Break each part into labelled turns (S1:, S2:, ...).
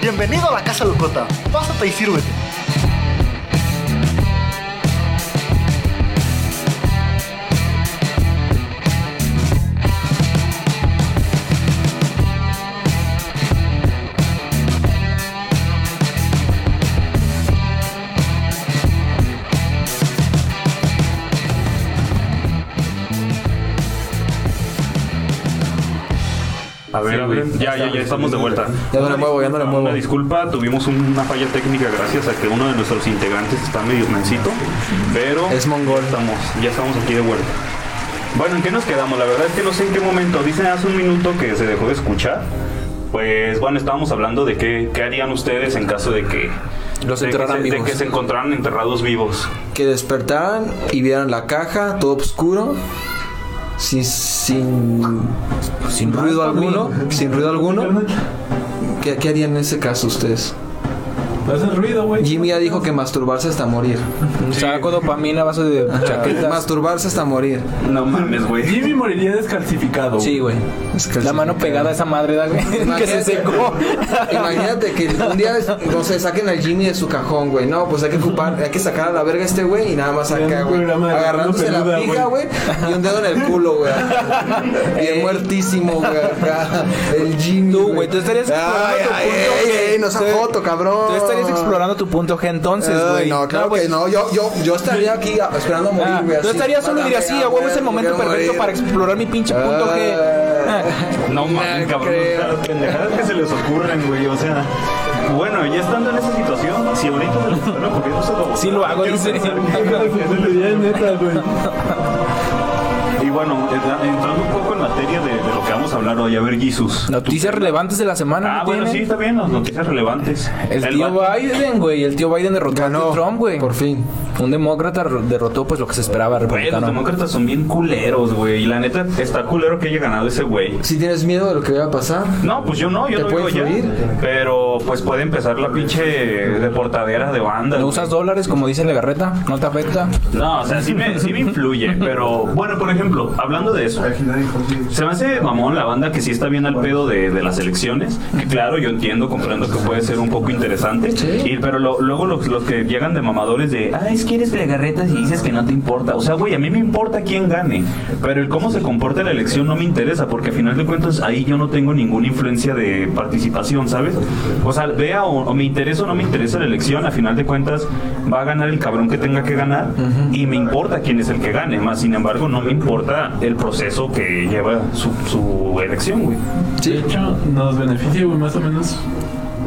S1: Bienvenido a la Casa Locota. Pásate y sírvete.
S2: A ver, güey. ya, ya, ya estamos de vuelta.
S3: Ya no le muevo, ya no le muevo.
S2: Una disculpa, tuvimos una falla técnica gracias a que uno de nuestros integrantes está medio mancito, pero
S3: Es mongol.
S2: estamos, ya estamos aquí de vuelta. Bueno, ¿en qué nos quedamos? La verdad es que no sé en qué momento. Dicen hace un minuto que se dejó de escuchar. Pues bueno, estábamos hablando de qué, qué harían ustedes en caso de que
S3: Los
S2: de que
S3: enterraran
S2: se- de
S3: vivos.
S2: que se encontraran enterrados vivos.
S3: Que despertaran y vieran la caja, todo oscuro, sin, sin, sin ruido alguno, sin ruido alguno. ¿Qué, qué harían en ese caso ustedes?
S4: No hace ruido, güey.
S3: Jimmy ya dijo que masturbarse hasta morir.
S5: Saco dopamina, vaso de chaquetas.
S3: Masturbarse hasta morir.
S2: No mames, güey.
S4: Jimmy moriría descalcificado.
S5: Sí, güey.
S3: Es que
S5: La
S3: sí,
S5: mano
S3: que-
S5: pegada a esa madre, da, güey. Que se
S3: Imagínate.
S5: secó.
S3: Imagínate que un día, no sé, saquen al Jimmy de su cajón, güey. No, pues hay que ocupar, hay que sacar a la verga a este güey y nada más acá,
S4: un
S3: güey.
S4: programa de
S3: Agarrándose la
S4: peluda,
S3: pija, güey, y un dedo en el culo, güey. Bien muertísimo, güey. acá. El Jimmy.
S5: Tú, güey, tú estarías
S3: Ay,
S5: explorando tu
S3: ay,
S5: punto
S3: ey,
S5: G.
S3: ey, no sea
S5: Tú-
S3: joto, cabrón.
S5: Tú estarías explorando tu punto G entonces, güey.
S3: Ay, no, claro que
S5: güey.
S3: no. Yo, yo, yo estaría aquí ah, esperando a morir,
S5: Ah,
S3: güey.
S5: tú
S3: así.
S5: estarías solo y dirías, sí, a huevo es el momento
S3: Quiero
S5: perfecto
S3: morir.
S5: para explorar mi pinche punto
S3: Ah.
S5: G.
S2: No mames, cabrón.
S3: creo.
S2: o sea, pendejadas que se les ocurren, güey. O sea, bueno, ya estando en esa situación, si ahorita se les están ocurriendo eso,
S5: Sí lo hago,
S2: quiero
S5: dice.
S2: pensar que-
S4: neta, güey.
S2: Y bueno, entra- entrando un poco en materia de, de lo que vamos a hablar hoy, a ver, Jesús.
S5: Noticias relevantes de la semana.
S2: Ah,
S5: ¿no
S2: bueno, sí,
S5: tienen?
S2: está bien, las noticias relevantes.
S5: El tío
S2: vato-
S5: Biden, güey. El tío Biden derrotó a
S3: Ganó.
S5: Trump, güey.
S3: Por fin.
S5: Un demócrata ro- derrotó pues lo que se esperaba
S2: Güey, los
S5: republicano.
S2: demócratas son bien culeros, güey. Y la neta, está culero que haya ganado ese güey.
S3: Si tienes miedo de lo que va a pasar.
S2: No, pues yo no, yo
S3: ¿Te
S2: no
S3: puede
S2: vivo ya.
S3: influir?
S2: Pero pues puede empezar la pinche deportadera de bandas.
S5: No
S2: güey.
S5: usas dólares, como dice la garreta, no te afecta.
S2: No, o sea, sí me, sí me influye, pero bueno, por ejemplo, hablando de eso, se me hace mamón la banda que sí está bien al pedo de, de las elecciones, que claro, yo entiendo, comprendo que puede ser un poco interesante, y, pero lo- luego los, los que llegan de mamadores de, ah, es que eres garretas y dices que no te importa, o sea, güey, a mí me importa quién gane, pero el cómo se comporta la elección no me interesa, porque al final de cuentas ahí yo no tengo ninguna influencia de participación, ¿sabes? O sea, vea o, o me interesa o no me interesa la elección, a final de cuentas va a ganar el cabrón que tenga que ganar y me importa quién es el que gane, más sin embargo no me importa el proceso que lleva su, su elección, güey.
S4: De hecho, nos beneficia, güey, más o menos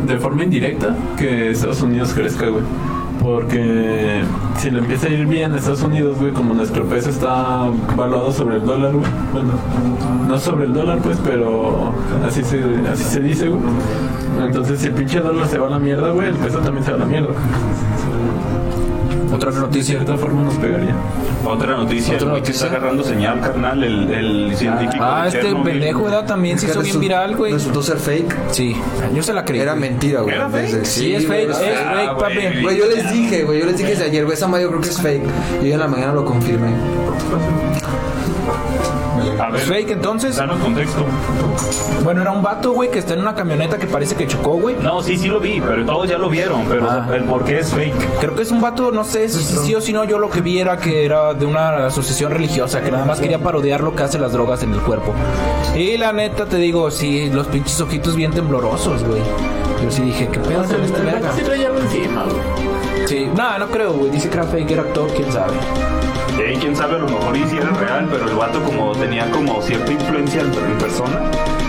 S4: de forma indirecta que Estados Unidos crezca, güey. Porque si le empieza a ir bien a Estados Unidos, güey, como nuestro peso está valuado sobre el dólar, güey. Bueno, no sobre el dólar, pues, pero así se, así se dice, güey. Entonces, si el pinche dólar se va a la mierda, güey, el peso también se va a la mierda.
S5: Otra
S4: De
S5: noticia.
S4: cierta forma nos pegaría.
S2: Otra noticia,
S5: ¿Otra
S2: el güey que
S5: noticia?
S2: está agarrando señal, carnal, el, el científico.
S5: Ah,
S2: de
S5: este
S2: Chernobyl.
S5: pendejo, ¿verdad? También se hizo bien
S3: Resultó-
S5: viral, güey.
S3: Resultó ser fake.
S5: Sí, yo se la creí.
S3: Era
S5: güey.
S3: mentira, güey.
S2: ¿Era fake?
S3: Desde-
S5: Sí, es
S3: güey,
S5: fake, es
S2: Ah,
S5: fake,
S2: güey.
S5: papi.
S3: Güey, yo les dije, güey, yo les dije desde ayer, güey, esa madre yo creo que es fake. Y yo en la mañana lo confirmé.
S2: A ver,
S5: Es fake, entonces.
S2: danos contexto.
S5: Bueno, era un vato, güey, que está en una camioneta que parece que chocó, güey.
S2: No, sí, sí lo vi, pero todos ya lo vieron, pero
S5: Ah.
S2: el por qué es fake.
S5: Creo que es un vato, no sé si sí o si no, yo lo que vi era que era de una asociación religiosa, que nada más quería parodiar lo que hacen las drogas en el cuerpo. Y la neta te digo, sí, los pinches ojitos bien temblorosos, güey. Yo sí dije, ¿qué pedo con esta verga?
S4: Sí traía algo encima, güey.
S5: Sí, no, no creo, güey. Dice que era fake, era actor, quién sabe.
S2: Eh, quién sabe, a lo mejor y si era real, pero el vato como tenía como cierta influencia en, en persona,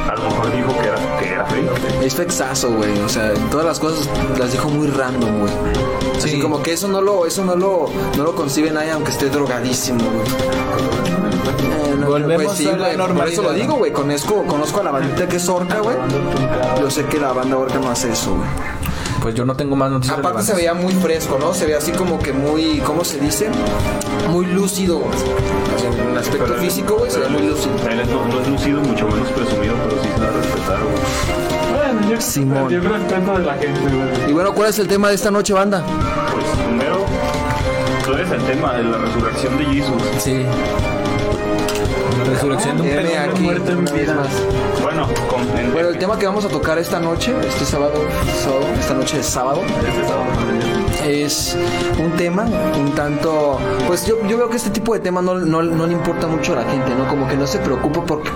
S2: a lo mejor dijo que era, que era fake.
S3: Es fakeazo, güey. O sea, todas las cosas las dijo muy random, güey. Así
S5: Sí.
S3: como que eso no lo, eso no lo, no lo concibe nadie aunque esté drogadísimo, güey. Eh, no,
S5: Volvemos
S3: pues sí,
S5: a la
S3: güey, Por
S5: normalidad.
S3: eso lo digo, güey. Conozco, conozco a la bandita que es orca, güey. Yo sé que la banda orca no hace eso, güey.
S5: Pues yo no tengo más noticias.
S3: Aparte se
S5: relevantes.
S3: veía muy fresco, ¿no? Se veía así como que muy, ¿cómo se dice? Muy lúcido. güey. O sea, en el aspecto físico, güey, se veía muy lúcido.
S2: Él es- no, no es lucido, mucho menos presumido, pero sí se la respetaron.
S4: Bueno, yo,
S3: Simón.
S4: yo respeto de la gente, güey.
S3: Y bueno, ¿cuál es el tema de esta noche, banda?
S2: Pues primero, tú eres el tema de la resurrección de Jesús.
S5: Sí. resurrección de un
S3: Viene
S5: pendejo
S3: aquí.
S4: muerto en
S3: una vez
S4: vida.
S3: más.
S2: Bueno, con, en-
S3: Bueno, el tema que vamos a tocar esta noche, este sábado, sábado, esta noche de sábado, es un tema un tanto... Pues yo, yo veo que este tipo de tema no, no, no le importa mucho a la gente, ¿no? Como que no se preocupa porque...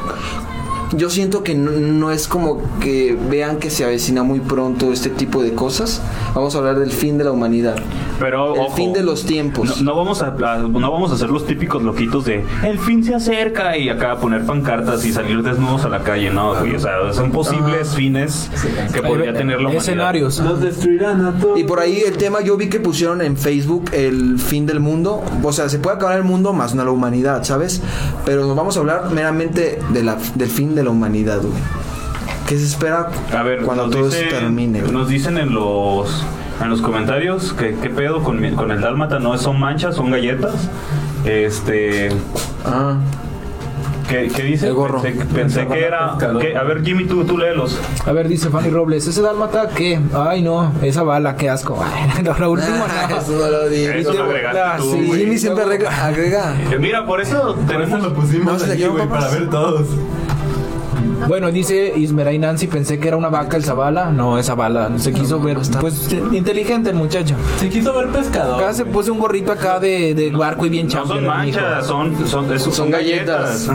S3: Yo siento que no, no es como que vean que se avecina muy pronto este tipo de cosas. Vamos a hablar del fin de la humanidad.
S2: Pero,
S3: el
S2: ojo,
S3: fin de los tiempos.
S2: No, no vamos a, a- no vamos a ser los típicos loquitos de el fin se acerca y acá poner pancartas y salir desnudos a la calle. No, güey, o sea, son posibles fines que podría tener la humanidad.
S5: Escenarios.
S4: Nos destruirán a todos.
S3: Y por ahí el tema, yo vi que pusieron en Facebook el fin del mundo. O sea, se puede acabar el mundo más no la humanidad, ¿sabes? Pero vamos a hablar meramente de la, del fin de la humanidad, güey. ¿Qué se espera
S2: A ver,
S3: cuando
S2: nos
S3: todo
S2: dicen-
S3: se termine? güey?
S2: Nos dicen en los en los comentarios que qué pedo con, mi- con el dálmata, no son manchas, son galletas. Este,
S3: Ah,
S2: ¿qué, qué dice?
S3: El gorro.
S2: Pensé, pensé que era que- a ver Jimmy tú tú léelos.
S5: A ver, dice Fanny Robles, ese dálmata qué? Ay, no, esa bala, qué asco. Ay, no, lo último no.
S3: eso no lo digo.
S2: Ah, Eso lo agregaste
S5: Ah,
S2: tú,
S5: sí.
S2: güey.
S3: Jimmy siempre agrega. agrega.
S2: Eh, Mira, por eso
S4: Por eso
S2: tenemos
S4: lo pusimos
S3: ¿No se
S4: aquí,
S3: llevan
S4: güey, para
S3: papas?
S4: ver todos.
S5: Bueno, dice Ismera y Nancy, pensé que era una vaca el Zabala. No, esa bala. Se quiso ver. Pues inteligente el muchacho.
S4: Se quiso ver pescado.
S5: Acá se puso un gorrito acá de, de barco y bien
S2: No
S5: champion,
S2: son manchas, son, son, es- son galletas.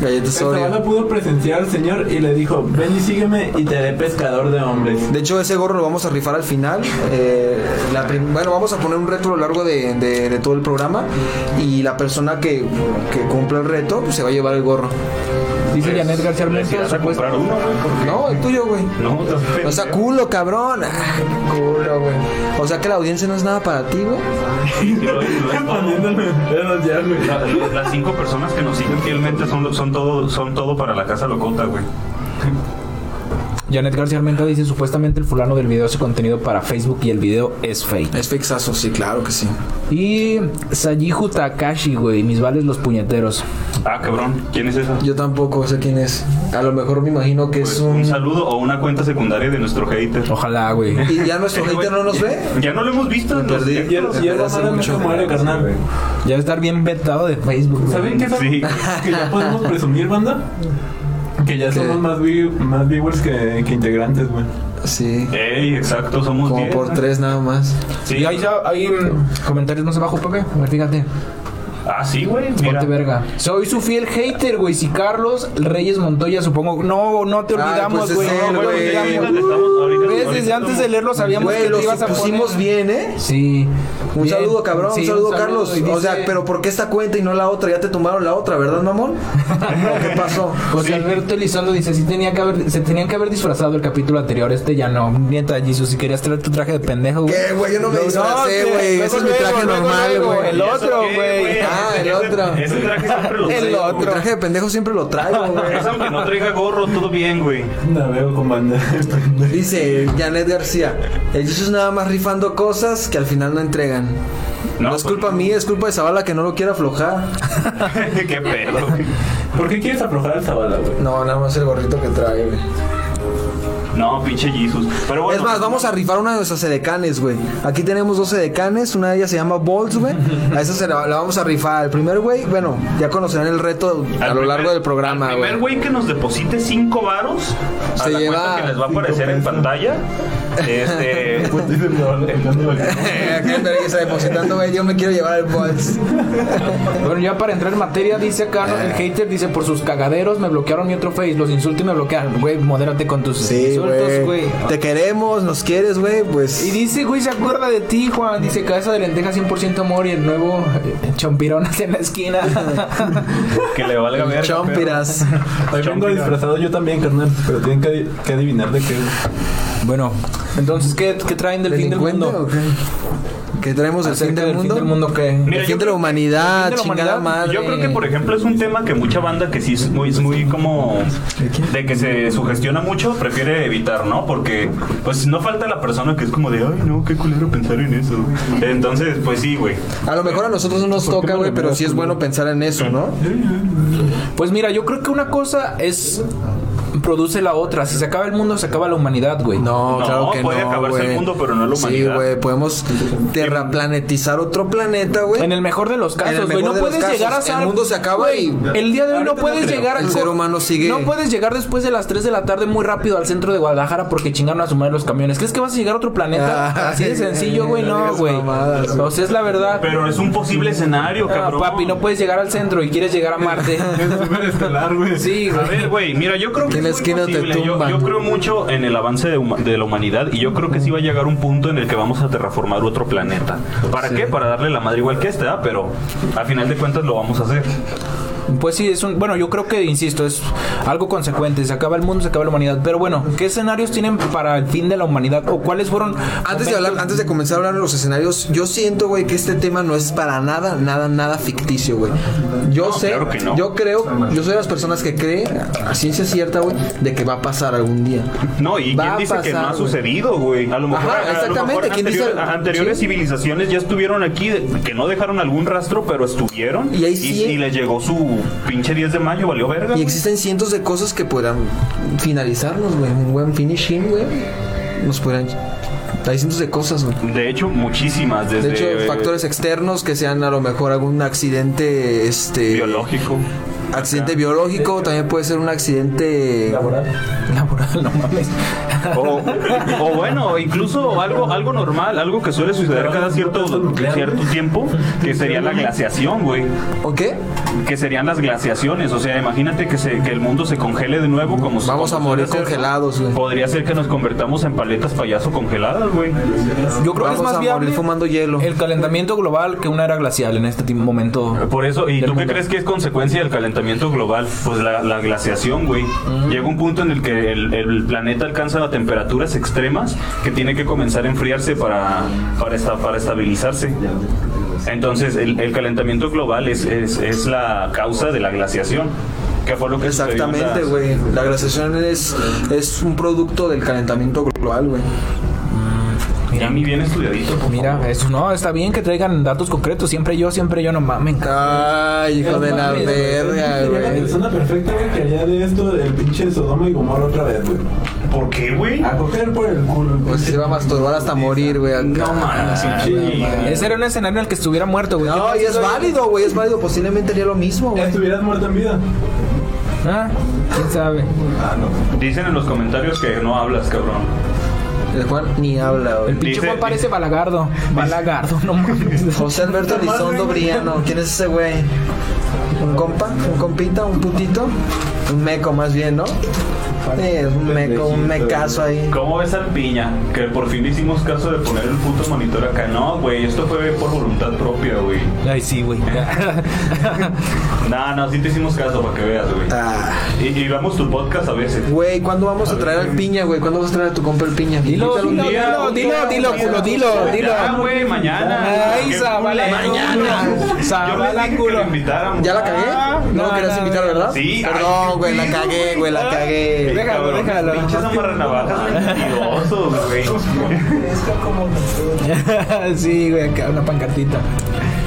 S3: Galletas
S4: El chaval
S3: Oreo.
S4: lo pudo presenciar al señor y le dijo, ven y sígueme y te haré pescador de hombres.
S3: De hecho, ese gorro lo vamos a rifar al final. Eh, la prim- bueno, vamos a poner un reto a lo largo de, de- de todo el programa. Y la persona que, que cumpla el reto pues, se va a llevar el gorro.
S5: Dice Janet García
S2: Les irás a
S5: Alonso.
S2: comprar uno, güey, porque-
S3: No, el tuyo, güey.
S2: No, estás
S3: O sea, culo, cabrón. Ah, Culo, güey. O sea que la audiencia no es nada para ti, güey.
S2: pendejo. Y lo- y lo-
S4: Poniéndole pedos ya, güey.
S2: La- la- Las cinco personas que nos siguen fielmente son, son, todo, son todo para la casa locota, güey.
S5: Janet García Armenta dice supuestamente el fulano del video hace contenido para Facebook y el video es fake.
S3: Es fixazo, sí, claro que sí.
S5: Y Sayiju Takashi, güey, mis vales los puñeteros.
S2: Ah, cabrón, ¿quién es esa?
S3: Yo tampoco sé quién es. A lo mejor me imagino que es
S2: Pues, un
S3: un.
S2: saludo o una cuenta secundaria de nuestro hater.
S5: Ojalá, güey.
S3: Y ya nuestro hater no nos ve.
S2: Ya no lo hemos visto. en los
S3: perdí.
S2: directos.
S4: Y
S3: Desde
S4: el
S3: hace
S4: mamá
S3: mucho.
S4: mucho muere, carnal.
S5: Ya va a estar bien vetado de Facebook. güey.
S4: ¿Saben qué es algo
S2: Sí.
S4: que ya podemos presumir, banda? Que ya somos más, vi- más viewers que, que integrantes, güey.
S3: Sí.
S2: Ey, exacto, somos
S3: Como
S2: 10.
S3: por tres nada más.
S2: Sí.
S5: Y ahí ya hay mm, comentarios más abajo, Pepe. A ver, fíjate.
S2: Ah, sí, güey. Mira.
S5: Ponte verga. Soy su fiel hater, güey. Si Carlos Reyes Montoya, supongo. No, no te
S3: Ah, pues
S5: olvidamos,
S3: es
S5: güey.
S3: él,
S5: no,
S2: Bueno,
S3: güey.
S5: te
S2: ya
S5: olvidamos.
S2: ahorita le estamos- ahorita-
S5: ¿Ves?
S2: ahorita
S5: Desde antes
S2: estamos-
S5: de leerlo sabíamos
S3: Güey,
S5: que
S3: lo
S5: te ibas a
S3: pusimos
S5: poner.
S3: bien, ¿eh?
S5: Sí.
S3: Un
S5: Bien.
S3: saludo, cabrón.
S5: Sí,
S3: un saludo, Carlos.
S5: Y
S3: O sea,
S5: dice
S3: pero ¿por qué esta cuenta y no la otra? Ya te tomaron la otra, ¿verdad, mamón? ¿Qué pasó?
S5: José Alberto Elizondo dice, sí tenía que haber, se tenían que haber disfrazado el capítulo anterior, este ya no. Nieta, Jesus, si querías traer tu traje de pendejo, güey.
S3: ¿Qué, güey? Yo no me
S5: No,
S3: disfracé,
S5: que-
S3: güey. Ese
S5: luego,
S3: es mi
S5: luego,
S3: traje
S5: luego,
S3: normal,
S5: luego,
S3: güey.
S5: el
S2: ¿Y eso
S5: otro,
S2: qué,
S5: güey?
S3: Ah, el
S2: Ese-
S3: otro.
S2: Ese traje siempre lo
S5: El
S2: traigo,
S5: otro.
S3: El
S2: güey.
S3: traje de pendejo siempre lo traigo, güey.
S2: Es aunque no traiga gorro, todo bien, güey.
S4: La veo con banda.
S3: Dice Janet García, el Jesus nada más rifando cosas que al final no entregan. No,
S2: No,
S3: es
S2: pues-
S3: culpa mía, es culpa de Zavala que no lo quiere aflojar.
S2: Qué pedo, güey.
S4: ¿Por qué quieres aflojar al Zabala, güey?
S3: No, nada más el gorrito que trae, güey.
S2: No, pinche Jesus. Pero bueno.
S3: es más, vamos a rifar una de nuestras edecanes, güey. Aquí tenemos dos edecanes, una de ellas se llama Bolts, güey. A esa se la, la vamos a rifar. El primer, güey, bueno, ya conocerán el reto a
S2: Al
S3: lo
S2: primer-
S3: largo del programa,
S2: al
S3: güey.
S2: primer güey que nos deposite 5 varos, a
S3: Se
S2: la
S3: lleva
S2: cuenta que les va a
S4: cinco
S2: aparecer en
S4: pesos.
S2: pantalla. Este.
S4: Pues dice el Zabala, echándolo aquí.
S3: Eh, Acá el verga está depositando, güey. Yo me quiero llevar el Bolts.
S5: Bueno, ya para entrar en materia, dice acá ¿no?
S3: Eh.
S5: el hater, dice, por sus cagaderos me bloquearon mi otro face, los insultos y me bloquearon. Güey, modérate con tus
S3: Sí,
S5: insultos,
S3: güey.
S5: güey.
S3: Te queremos, nos quieres, güey. Pues.
S5: Y dice, güey, se acuerda de ti, Juan. Dice, cabeza de lenteja 100% amor y el nuevo eh, chompironas en la esquina.
S2: Que le valga ver.
S3: Chompiras.
S4: Hoy vengo disfrazado yo también, carnal. Pero tienen que, que adivinar de qué. güey.
S5: bueno, entonces, ¿qué, qué traen del fin del
S3: ¿Delincuente
S5: mundo?
S3: o qué? ¿Qué traemos del fin
S5: Acerca
S3: del
S5: del fin
S3: mundo?
S5: del mundo, ¿qué?
S3: El
S2: Mira, yo
S3: fin de la
S2: creo-
S3: humanidad,
S5: el fin de la
S3: chingada
S5: humanidad,
S3: madre.
S2: Yo creo que, por ejemplo, es un tema que mucha banda que sí es muy, es muy como de que se sugestiona mucho, prefiere evitar, ¿no? Porque, pues, no falta la persona que es como de, ay, no, qué culero pensar en eso. Entonces, pues sí, güey.
S3: A lo mejor a nosotros no nos toca, güey, pero sí es bueno pensar en eso, ¿no?
S5: Pues mira, yo creo que una cosa es produce la otra. Si se acaba el mundo, se acaba la humanidad, güey.
S3: No,
S2: No,
S3: claro que
S2: puede
S3: no.
S2: acabarse el
S3: güey.
S2: mundo, pero no la
S3: Sí,
S2: humanidad.
S3: güey, podemos terraplanetizar otro planeta, güey.
S5: En el mejor de los
S3: En
S5: casos,
S3: el
S5: güey. No
S3: mejor de los
S5: puedes
S3: casos.
S5: llegar a
S3: El
S5: ser.
S3: mundo se acaba
S5: Güey,
S3: y-
S5: El día de hoy no puedes llegar a.
S3: El ser humano sigue-
S5: No puedes llegar después de las 3 de la tarde muy rápido al centro de Guadalajara porque chingaron a su madre los camiones. ¿Crees que vas a llegar a otro planeta?
S3: Ah,
S5: Así de sencillo, güey. No,
S3: esas
S5: güey.
S3: mamadas, güey.
S5: O sea, es la verdad.
S2: Pero es un posible escenario,
S5: Ah,
S2: cabrón.
S5: papi, no puedes llegar al centro y quieres llegar a Marte.
S4: Estelar, güey.
S5: Sí,
S2: A
S5: güey.
S2: ver, güey, mira, yo creo que
S3: En la
S2: es muy
S3: esquina te
S2: posible. yo,
S3: tumban.
S2: yo creo mucho en el avance de, huma- de la humanidad y yo creo que sí va a llegar un punto en el que vamos a terraformar otro planeta. ¿Para qué? Para darle la madre igual que este, ¿ah? pero al final de cuentas lo vamos a hacer.
S5: Pues sí, es un. Bueno, yo creo que, insisto, es algo consecuente. Se acaba el mundo, se acaba la humanidad. Pero bueno, ¿qué escenarios tienen para el fin de la humanidad? ¿O cuáles fueron.
S3: Antes de, hablar, antes de comenzar a hablar de los escenarios, yo siento, güey, que este tema no es para nada, nada, nada ficticio, güey. Yo
S2: No,
S3: sé,
S2: claro que no.
S3: yo creo, yo soy de las personas que cree, a ciencia cierta, güey, de que va a pasar algún día.
S2: No, y
S3: Va
S2: quién
S3: a
S2: dice que no
S3: pasar,
S2: ha
S3: güey.
S2: sucedido, güey. A lo mejor,
S3: Ajá,
S2: a- a lo
S3: exactamente,
S2: mejor
S3: ¿quién dice?
S2: anterior- a- anteriores
S3: Sí.
S2: civilizaciones ya estuvieron aquí, de- que no dejaron algún rastro, pero estuvieron.
S3: Y ahí sí-
S2: y les llegó su pinche 10 de mayo, valió verga.
S3: Y existen cientos de cosas que podrán finalizarnos, güey. Un buen finishing, güey. Nos podrán. Hay cientos de cosas, güey.
S2: De hecho, muchísimas. Desde
S3: De hecho,
S2: eh,
S3: factores externos que sean a lo mejor algún accidente, este...
S2: biológico.
S3: Accidente biológico, también puede ser un accidente...
S5: Laboral, no mames.
S2: O, o bueno, incluso algo, algo normal, algo que suele suceder cada cierto, cierto tiempo, que sería la glaciación, güey.
S3: ¿O qué?
S2: Que serían las glaciaciones. O sea, imagínate que, se, que el mundo se congele de nuevo como se-
S3: Vamos a
S2: como
S3: morir
S2: suele ser.
S3: congelados, güey.
S2: Podría ser que nos convertamos en paletas payaso congeladas, güey.
S5: Yo creo que es
S3: Vamos
S5: más
S3: a morir
S5: viable
S3: fumando hielo.
S5: el calentamiento global que una era glacial en este ti- momento.
S2: Por eso, ¿y
S5: Del
S2: tú qué
S5: mundo.
S2: crees que es consecuencia del calentamiento global? Pues la, la glaciación, güey. Llega un punto en el que el, el planeta alcanza a temperaturas extremas que tiene que comenzar a enfriarse para, para, esta- para estabilizarse. Entonces, el, el calentamiento global es, es, es la causa de la glaciación. Que fue lo que sucedió en
S3: Exactamente,
S2: las-
S3: güey. La glaciación es, es un producto del calentamiento global, güey.
S2: Ya ni bien estudiadito. por favor.
S5: Mira, eso no, está bien que traigan datos concretos. Siempre yo, siempre yo, no mamen. ca-
S3: Ay, hijo de la verga,
S4: Sería la
S3: güey.
S4: persona perfecta, güey, que haría de esto el pinche Sodoma y Gomorra otra vez, güey.
S2: ¿Por qué, güey?
S4: A coger por el culo. el
S3: Pues
S4: pinche-
S3: se va a masturbar hasta morir, güey. acá.
S2: No mames, sí.
S5: Ese era un escenario en el que estuviera muerto, güey.
S3: No, y es válido, güey. Es válido. Posiblemente haría lo mismo, güey.
S4: Estuvieras muerto en vida.
S5: Ah, ¿Quién sabe?
S2: Ah, Dicen en los comentarios que no hablas, cabrón.
S3: El Juan ni habla,
S5: El
S3: güey.
S5: pinche
S2: Dice-
S5: Juan parece balagardo. Balagardo, no mames.
S3: José Alberto Elizondo Briano. ¿Quién es ese güey? ¿Un compa? ¿Un compita? ¿Un putito? Un meco, más bien, ¿no? Sí, es un meco, un mecazo ahí.
S2: ¿Cómo ves al piña? Que por fin le hicimos caso de poner el puto monitor acá. No, güey, esto fue por voluntad propia, güey.
S5: Ay, sí, güey.
S2: No, no, sí te hicimos caso para que veas, güey.
S3: Ah.
S2: Y, y vamos tu podcast a veces.
S3: Güey, ¿cuándo vamos a traer al piña, güey? ¿Cuándo vas a traer a tu compa el piña?
S5: Dilo,
S3: Invítalo un
S5: dilo,
S3: día.
S5: dilo, dilo, dilo, culo, dilo, dilo.
S2: Ya, güey, mañana.
S5: Ay,
S2: Qué
S5: Zabala,
S2: culero.
S5: mañana.
S2: Yo les
S5: Zabala,
S2: dije que
S5: culo.
S2: lo invitaran.
S3: ¿Ya la
S5: Ah,
S3: cagué? No,
S5: no,
S3: lo querías
S5: no,
S3: invitar,
S5: no.
S3: ¿verdad?
S2: Sí. ay,
S3: Perdón, güey, la
S2: qué
S3: cagué, güey, la cagué.
S5: Déjalo,
S2: Cabrón,
S5: déjalo.
S2: Pinches amarranavajas mentirosos, güey.
S5: sí, güey, acá una pancartita.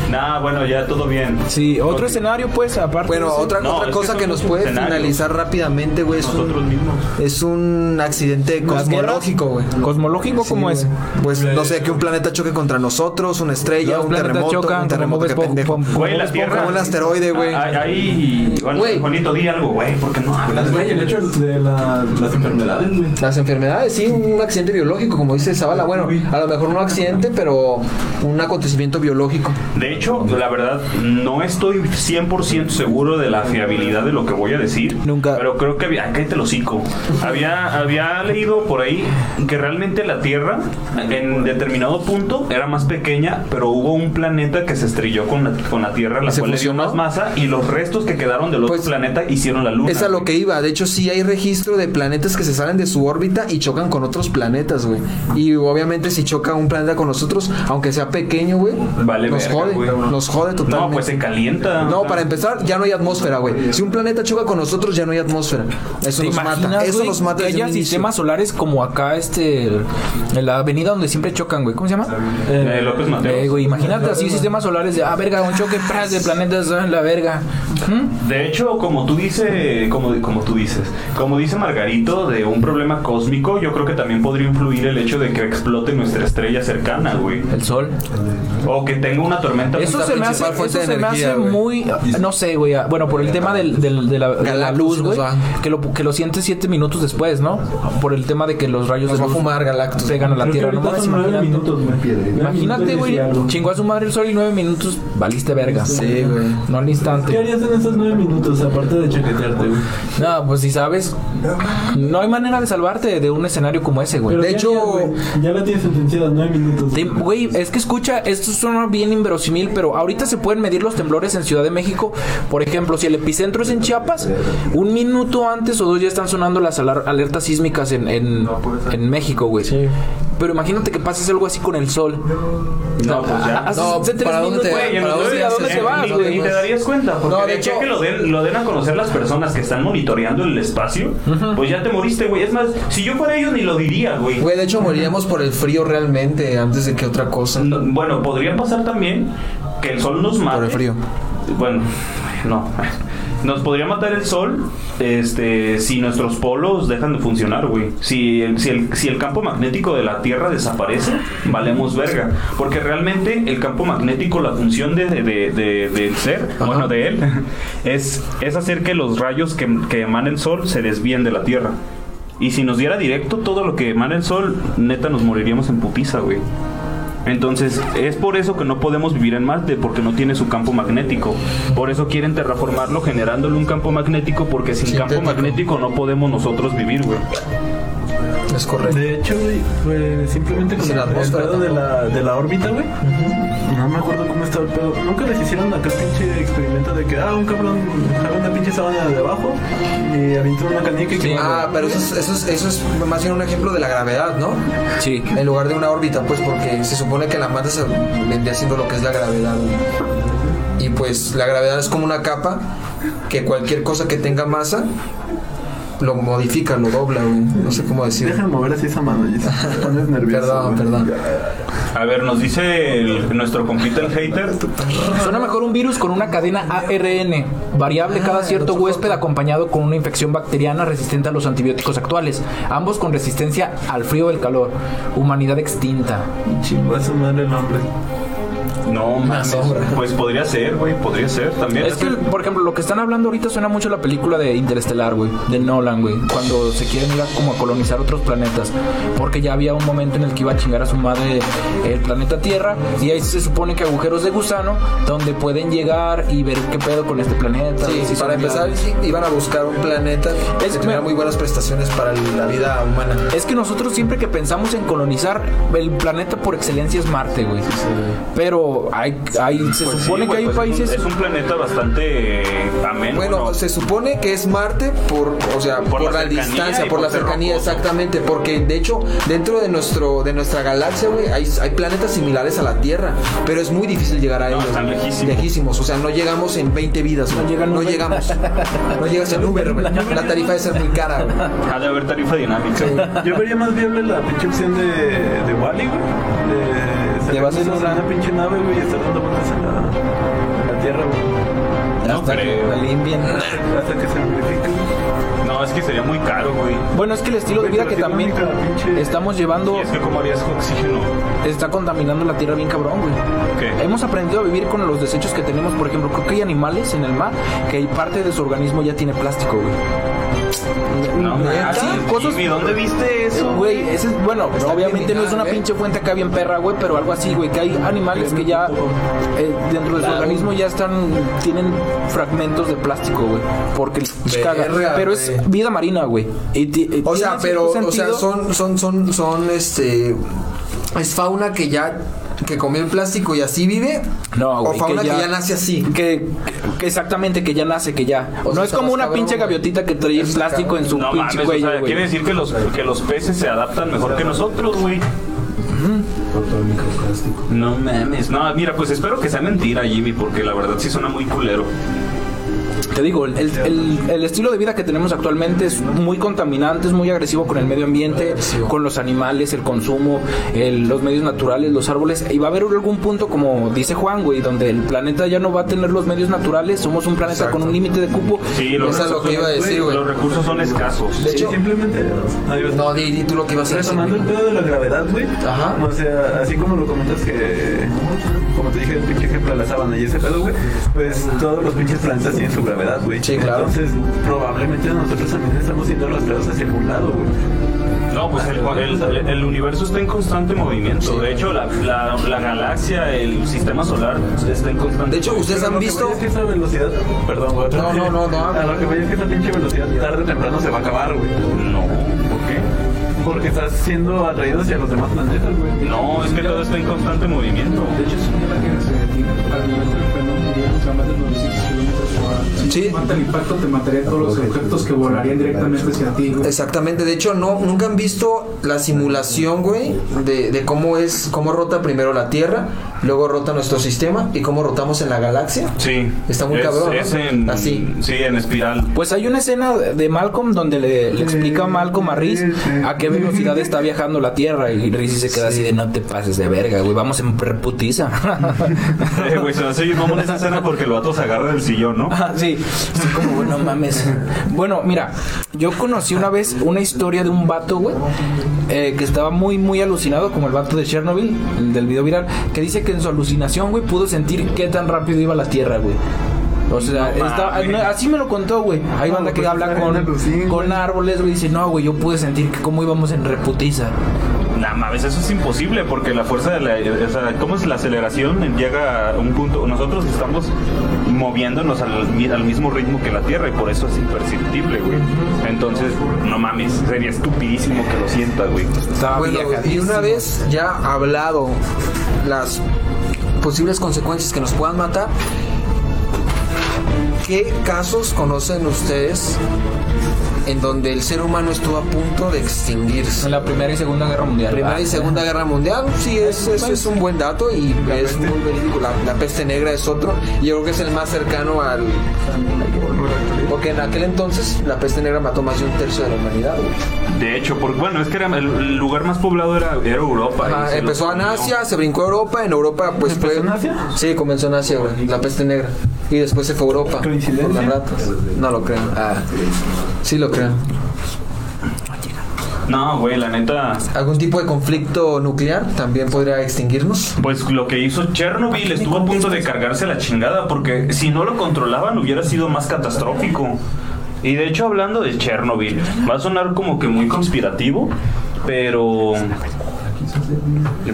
S2: Nah, bueno, ya todo bien.
S5: Sí, otro
S2: Conti-
S5: escenario, pues, aparte.
S3: Bueno,
S5: de ese-
S3: otra,
S2: No,
S3: otra
S2: es que
S3: cosa que,
S2: son
S3: nos
S2: muchos
S3: puede
S2: escenarios.
S3: finalizar rápidamente, güey, es
S2: Nosotros
S3: un,
S2: mismos.
S3: es un accidente
S5: ¿Las guerras?
S3: cosmológico, güey.
S5: ¿Cosmológico
S3: Sí,
S5: como
S3: güey.
S5: es?
S3: Pues no sé, que un planeta choque contra nosotros, una estrella,
S5: Los
S3: un
S5: planetas
S3: terremoto,
S5: chocan,
S3: un terremoto
S5: como
S3: que
S5: Bob Espo-
S3: pendejo.
S5: Bob-
S2: Güey,
S5: Bob
S2: la
S5: Esponja.
S2: Tierra. Ah,
S3: Como un asteroide, güey.
S2: Ahí, ahí- bueno,
S3: Güey.
S2: Juanito, di algo, güey, porque no hablas.
S4: Las, güey, el hecho de la- las enfermedades, güey.
S3: Las enfermedades, sí, un accidente biológico, como dice Zavala. Bueno, a lo mejor no accidente, pero un acontecimiento biológico.
S2: De hecho, la verdad, no estoy 100% seguro de la fiabilidad de lo que voy a decir.
S5: Nunca.
S2: Pero creo que había. Cállate el hocico. Había, había leído por ahí que realmente la Tierra, en determinado punto, era más pequeña, pero hubo un planeta que se estrelló con la, con la Tierra, la
S3: ¿Se
S2: cual le
S3: fusionó?
S2: dio más masa, y los restos que quedaron del otro
S3: Pues,
S2: planeta hicieron la Luna.
S3: Es a lo que iba. De hecho, sí hay registro de planetas que se salen de su órbita y chocan con otros planetas, güey. Y obviamente si choca un planeta con nosotros, aunque sea pequeño, güey,
S2: Vale,
S3: nos
S2: verga,
S3: jode.
S2: güey. cabrón.
S3: Nos jode totalmente.
S2: No, pues se calienta.
S3: No, para empezar, ya no hay atmósfera, güey. Si un planeta choca con nosotros, ya no hay atmósfera. Eso
S5: ¿Te
S3: nos mata.
S5: imaginas,
S3: Eso
S5: güey,
S3: nos mata
S5: que
S3: desde
S5: haya
S3: un inicio.
S5: sistemas solares como acá, este, el- en la avenida donde siempre chocan, güey. ¿Cómo se llama?
S2: Eh, López
S5: Eh,
S2: Mateos.
S5: güey, imagínate así sistemas solares de, ah, verga, un choque pras, de planetas, ah, la verga. ¿Mm?
S2: De hecho, como tú dices, como, como tú dices, como dice Margarito, de un problema cósmico, yo creo que también podría influir el hecho de que explote nuestra estrella cercana, güey.
S5: El sol.
S2: O que tenga una tormenta.
S5: Eso se me hace,
S3: principal fuente
S5: eso
S3: de
S5: se me hace
S3: energía, güey.
S5: muy, no sé, güey. ah, Bueno, por el tema del, del- de, la, de la
S3: Galactus
S5: luz,
S3: nos
S5: güey.
S3: va.
S5: Que lo, que lo sientes siete minutos después, ¿no? Por el tema de que los rayos
S3: Nos
S5: de
S3: va a
S5: luz
S3: fumar Galactus.
S5: pegan a la Tierra. No mames, imagínate. Imagínate, güey, chingó a su madre el sol y nueve minutos valiste verga.
S3: Sí, güey.
S5: No al
S4: ¿Qué
S5: instante.
S4: harías en esos nueve minutos aparte de chaquetearte, güey?
S5: No, pues si sabes, no hay manera de salvarte de un escenario como ese, güey.
S4: Pero
S3: De
S4: ¿qué
S3: hecho-
S4: harías, güey? ya la tienes sentenciada nueve minutos.
S5: Te- Güey, es que escucha, esto suena bien inverosímil, pero ahorita se pueden medir los temblores en Ciudad de México. Por ejemplo, si el epicentro es en Chiapas, un minuto antes o dos ya están sonando las alar- alertas sísmicas en, en, en México, güey. Pero imagínate que pases algo así con el sol. No,
S2: pues ya.
S5: haces-
S3: No,
S5: hace tres
S3: ¿para dónde te-
S5: minutos, güey,
S3: para
S5: no
S3: dónde
S5: sé
S3: te
S5: a dónde
S3: haces?
S5: te vas,
S2: Y,
S3: ¿Dónde
S5: güey. pues.
S2: y te darías cuenta, porque
S3: No, de
S2: de
S3: hecho-
S2: que lo den, lo den a conocer las personas que están monitoreando el espacio, pues ya te moriste, güey. Es más, si yo fuera ellos ni lo diría, güey.
S3: Güey, de hecho, moriríamos por el frío realmente antes de que otra cosa.
S2: Pues, No, bueno, podría pasar también que el sol nos mate.
S3: Por el frío.
S2: Bueno, no. Nos podría matar el sol este, si nuestros polos dejan de funcionar, güey. Si el, si, el, si el campo magnético de la Tierra desaparece, valemos verga. Porque realmente el campo magnético, la función de, de- de- de- del ser, bueno, de él, es, es hacer que los rayos que, que emana el sol se desvíen de la Tierra. Y si nos diera directo todo lo que emana el sol, neta nos moriríamos en putiza, güey. Entonces, es por eso que no podemos vivir en Marte, porque no tiene su campo magnético. Por eso quieren terraformarlo generándole un campo magnético, porque sin
S3: Sintético.
S2: campo magnético no podemos nosotros vivir, güey.
S3: Es correcto.
S4: De hecho, güey, pues, simplemente con
S3: Sin
S4: el, el
S3: atmósfera
S4: pedo de
S3: tampoco.
S4: la, de la órbita, güey. No me acuerdo cómo estaba el pedo. Nunca les hicieron acá el pinche experimento de que, ah, un cabrón sacó una pinche sábana de abajo y aventó una canica y que-
S3: Ah, pero eso es, eso, es, eso es más bien un ejemplo de la gravedad, ¿no?
S5: Sí.
S3: En lugar de una órbita, pues porque se supone que la mata se vendría siendo lo que es la gravedad. güey. Y pues la gravedad es como una capa que cualquier cosa que tenga masa lo modifica, lo dobla, güey. No sé cómo
S4: Deja
S3: decirlo.
S4: de mover así esa mano, ya te pones nervioso.
S3: Perdón,
S4: güey.
S3: perdón.
S2: A ver, nos dice el- nuestro compita el hater.
S5: Suena mejor un virus con una cadena ARN, variable cada cierto huésped acompañado con una infección bacteriana resistente a los antibióticos actuales, ambos con resistencia al frío y al calor. Humanidad extinta.
S4: Chingó a su madre el hombre.
S2: No, mames.
S3: sombra.
S2: Pues podría ser, güey, podría ser también. Pues
S5: Es que, por ejemplo, lo que están hablando ahorita suena mucho a la película de Interestelar, güey, de Nolan, güey, cuando se quieren ir a como a colonizar otros planetas, porque ya había un momento en el que iba a chingar a su madre el planeta Tierra, y ahí se supone que agujeros de gusano, donde pueden llegar y ver qué pedo con este planeta.
S3: Sí,
S5: güey, si
S3: para
S5: son
S3: empezar
S5: viables.
S3: iban a buscar un planeta que
S5: Es-
S3: tuviera muy buenas prestaciones para la vida humana.
S5: Es que nosotros siempre que pensamos en colonizar, el planeta por excelencia es Marte, güey. Pero hay, hay, se
S2: Pues sí,
S5: supone que
S2: güey, pues
S5: hay
S2: es un-
S5: países...
S2: Es un planeta bastante eh, ameno.
S3: Bueno,
S2: ¿no?
S3: se supone que es Marte por, o sea, por,
S2: Por la
S3: la,
S2: cercanía
S3: distancia,
S2: y
S3: por
S2: por
S3: la
S2: ser
S3: cercanía,
S2: rocoso.
S3: exactamente, porque de hecho dentro de nuestro, de nuestra galaxia, güey, hay, hay planetas similares a la Tierra, pero es muy difícil llegar a ellos.
S2: están
S3: güey.
S2: lejísimos.
S3: Lejísimos, o sea, no llegamos en 20 vidas, güey.
S5: llega en
S3: no
S5: Uber.
S3: llegamos, no llegas en Uber, güey. la tarifa debe ser muy cara, güey.
S2: Ha de haber tarifa dinámica. güey.
S4: Yo vería más viable la pinche opción de, de Wally, güey. De
S3: Llevarse
S4: sacarse una
S3: los-
S4: gran pinche nave, güey, y estar dando vueltas en la, en la tierra, güey.
S2: No
S3: Hasta que
S2: creo.
S3: la limpien.
S4: Hasta que se lubrifique.
S2: No, es que sería muy caro, güey.
S5: Bueno, es que el estilo de vida que también estamos llevando
S2: Y es que, ¿cómo harías con oxígeno?
S5: está contaminando la tierra bien cabrón, güey.
S2: ¿Qué?
S5: Hemos aprendido a vivir con los desechos que tenemos, por ejemplo, creo que hay animales en el mar que hay parte de su organismo ya tiene plástico, güey.
S2: No,
S5: ¿Neta?
S2: ah, sí,
S5: Cosas-
S2: Jimmy, ¿dónde viste eso?
S5: Güey, ese es bueno,
S3: Está
S5: obviamente
S3: bien,
S5: no es una
S3: güey.
S5: pinche fuente acá bien perra, güey, pero algo así, güey, que hay animales que ya eh, dentro de su organismo ya están tienen fragmentos de plástico, güey, porque les
S3: Verga,
S5: caga. Pero es
S3: güey.
S5: vida marina, güey. Y ti- y
S3: O sea,
S5: tiene
S3: pero,
S5: cierto
S3: o sea,
S5: sentido-
S3: son, son, son, son, este, es fauna que ya, que comió el plástico y así vive,
S5: No, güey,
S3: o fauna que ya, nace así.
S5: Que, que exactamente, que ya nace, que ya.
S3: O sea,
S5: no es
S3: está
S5: como
S3: más
S5: una
S3: cabrón,
S5: pinche
S3: güey.
S5: gaviotita que trae
S3: Está
S5: plástico en su
S2: No
S5: pinche
S2: mames, o
S5: cuello,
S2: sea,
S5: güey.
S2: quiere decir que los, que los peces se adaptan mejor que nosotros, güey.
S6: Con todo el microplástico.
S2: No mames. No, mira, pues espero que sea mentira, Jimmy, porque la verdad sí suena muy culero.
S5: Te digo, el, el- el- el estilo de vida que tenemos actualmente es muy contaminante, es muy agresivo con el medio ambiente, con los animales, el consumo, el- los medios naturales, los árboles. Y va a haber algún punto, como dice Juan, güey, donde el planeta ya no va a tener los medios naturales. Somos un planeta con un límite de cupo.
S2: Sí, los
S3: Eso es lo que iba a
S2: recursos-
S3: decir, güey.
S2: Los recursos son escasos.
S3: De hecho,
S6: Simplemente. Adiós.
S3: no, di, di tú lo que ibas a decir.
S6: Retomando el pedo de la gravedad, güey.
S3: Ajá.
S6: O sea, así como lo comentas que. Como te dije, el pinche ejemplo de la sábana y ese pedo, güey. Pues todos los pinches planetas tienen su gravedad, güey.
S3: Sí, claro.
S6: Entonces, probablemente nosotros también estamos siendo arrastrados hacia algún lado, güey.
S2: No, pues el, el- el universo está en constante movimiento. De hecho, la, la- la galaxia, el sistema solar está en constante
S3: De hecho, ustedes han visto.
S6: Es que esa velocidad. Perdón, güey. otra
S3: No,
S6: vez.
S3: no, no, no.
S6: A lo que voy es que esa pinche velocidad tarde o temprano se va a acabar, güey.
S2: No, ¿por qué?
S6: Porque estás siendo atraído hacia los demás planetas, güey.
S2: No, es que todo está en constante movimiento.
S3: Sí,
S7: Mata el impacto, te mataría todos los objetos que volarían directamente hacia ti, güey.
S3: Exactamente, de hecho no, nunca han visto la simulación, güey, de, de cómo es, cómo rota primero la Tierra, luego rota nuestro sistema y cómo rotamos en la galaxia.
S2: Sí.
S3: Está muy
S2: Es-
S3: cabrón, ¿no?
S2: Es en,
S3: Así.
S2: Sí, en espiral.
S5: Pues hay una escena de Malcolm donde le, le explica a Malcolm a Riz a qué velocidad está viajando la Tierra y Riz se queda así de no te pases de verga, güey, vamos en reputiza.
S2: Eh, güey, se va a seguir mamón esa escena porque el vato se agarra del sillón, ¿no?
S5: Ah, sí, sí, como bueno, mames. Bueno, mira, yo conocí una vez una historia de un vato, güey, eh, que estaba muy, muy alucinado, como el vato de Chernobyl, el del video viral, que dice que en su alucinación, güey, pudo sentir qué tan rápido iba la tierra, güey. O sea, estaba-
S2: mames.
S5: no, así me lo contó, güey. Hay
S7: No,
S5: banda que
S7: pues,
S5: habla
S7: está
S5: con,
S7: bien alucin,
S5: con árboles, güey, y dice, no, güey, yo pude sentir que cómo íbamos en reputiza.
S2: Nah, mames, eso es imposible porque la fuerza de la. O sea, ¿cómo es la aceleración? Llega a un punto. Nosotros estamos moviéndonos al, mi- al mismo ritmo que la Tierra y por eso es imperceptible, güey. Entonces, no mames, sería estupidísimo que lo sienta, güey.
S5: Estaba
S3: Bueno, y
S5: viajadísimo.
S3: una vez ya hablado las posibles consecuencias que nos puedan matar, ¿qué casos conocen ustedes en donde el ser humano estuvo a punto de extinguirse?
S5: En la Primera y Segunda Guerra Mundial.
S3: Primera y
S5: Ah,
S3: Segunda Guerra Mundial, sí, es, es, es un buen dato y es muy verídico. La, la peste negra es otro. y Yo creo que es el más cercano al. Porque en aquel entonces la peste negra mató más de un tercio de la humanidad. güey.
S2: De hecho, porque bueno, es que era, el, el lugar más poblado era, era Europa. y
S3: Ah,
S2: se
S3: empezó
S2: los
S3: en
S2: comió.
S3: Asia, se brincó a Europa. En Europa, pues fue.
S6: en Asia?
S3: Sí, comenzó en Asia, güey, la peste negra. Y después se fue a Europa.
S6: ¿Coincidencia?
S3: Por las ratas. No lo creo. Ah, sí lo creo.
S2: No, güey, la neta.
S3: ¿Algún tipo de conflicto nuclear también podría extinguirnos?
S2: Pues lo que hizo Chernobyl estuvo a punto de cargarse la chingada porque si no lo controlaban hubiera sido más catastrófico. Y de hecho hablando de Chernobyl, va a sonar como que muy conspirativo, pero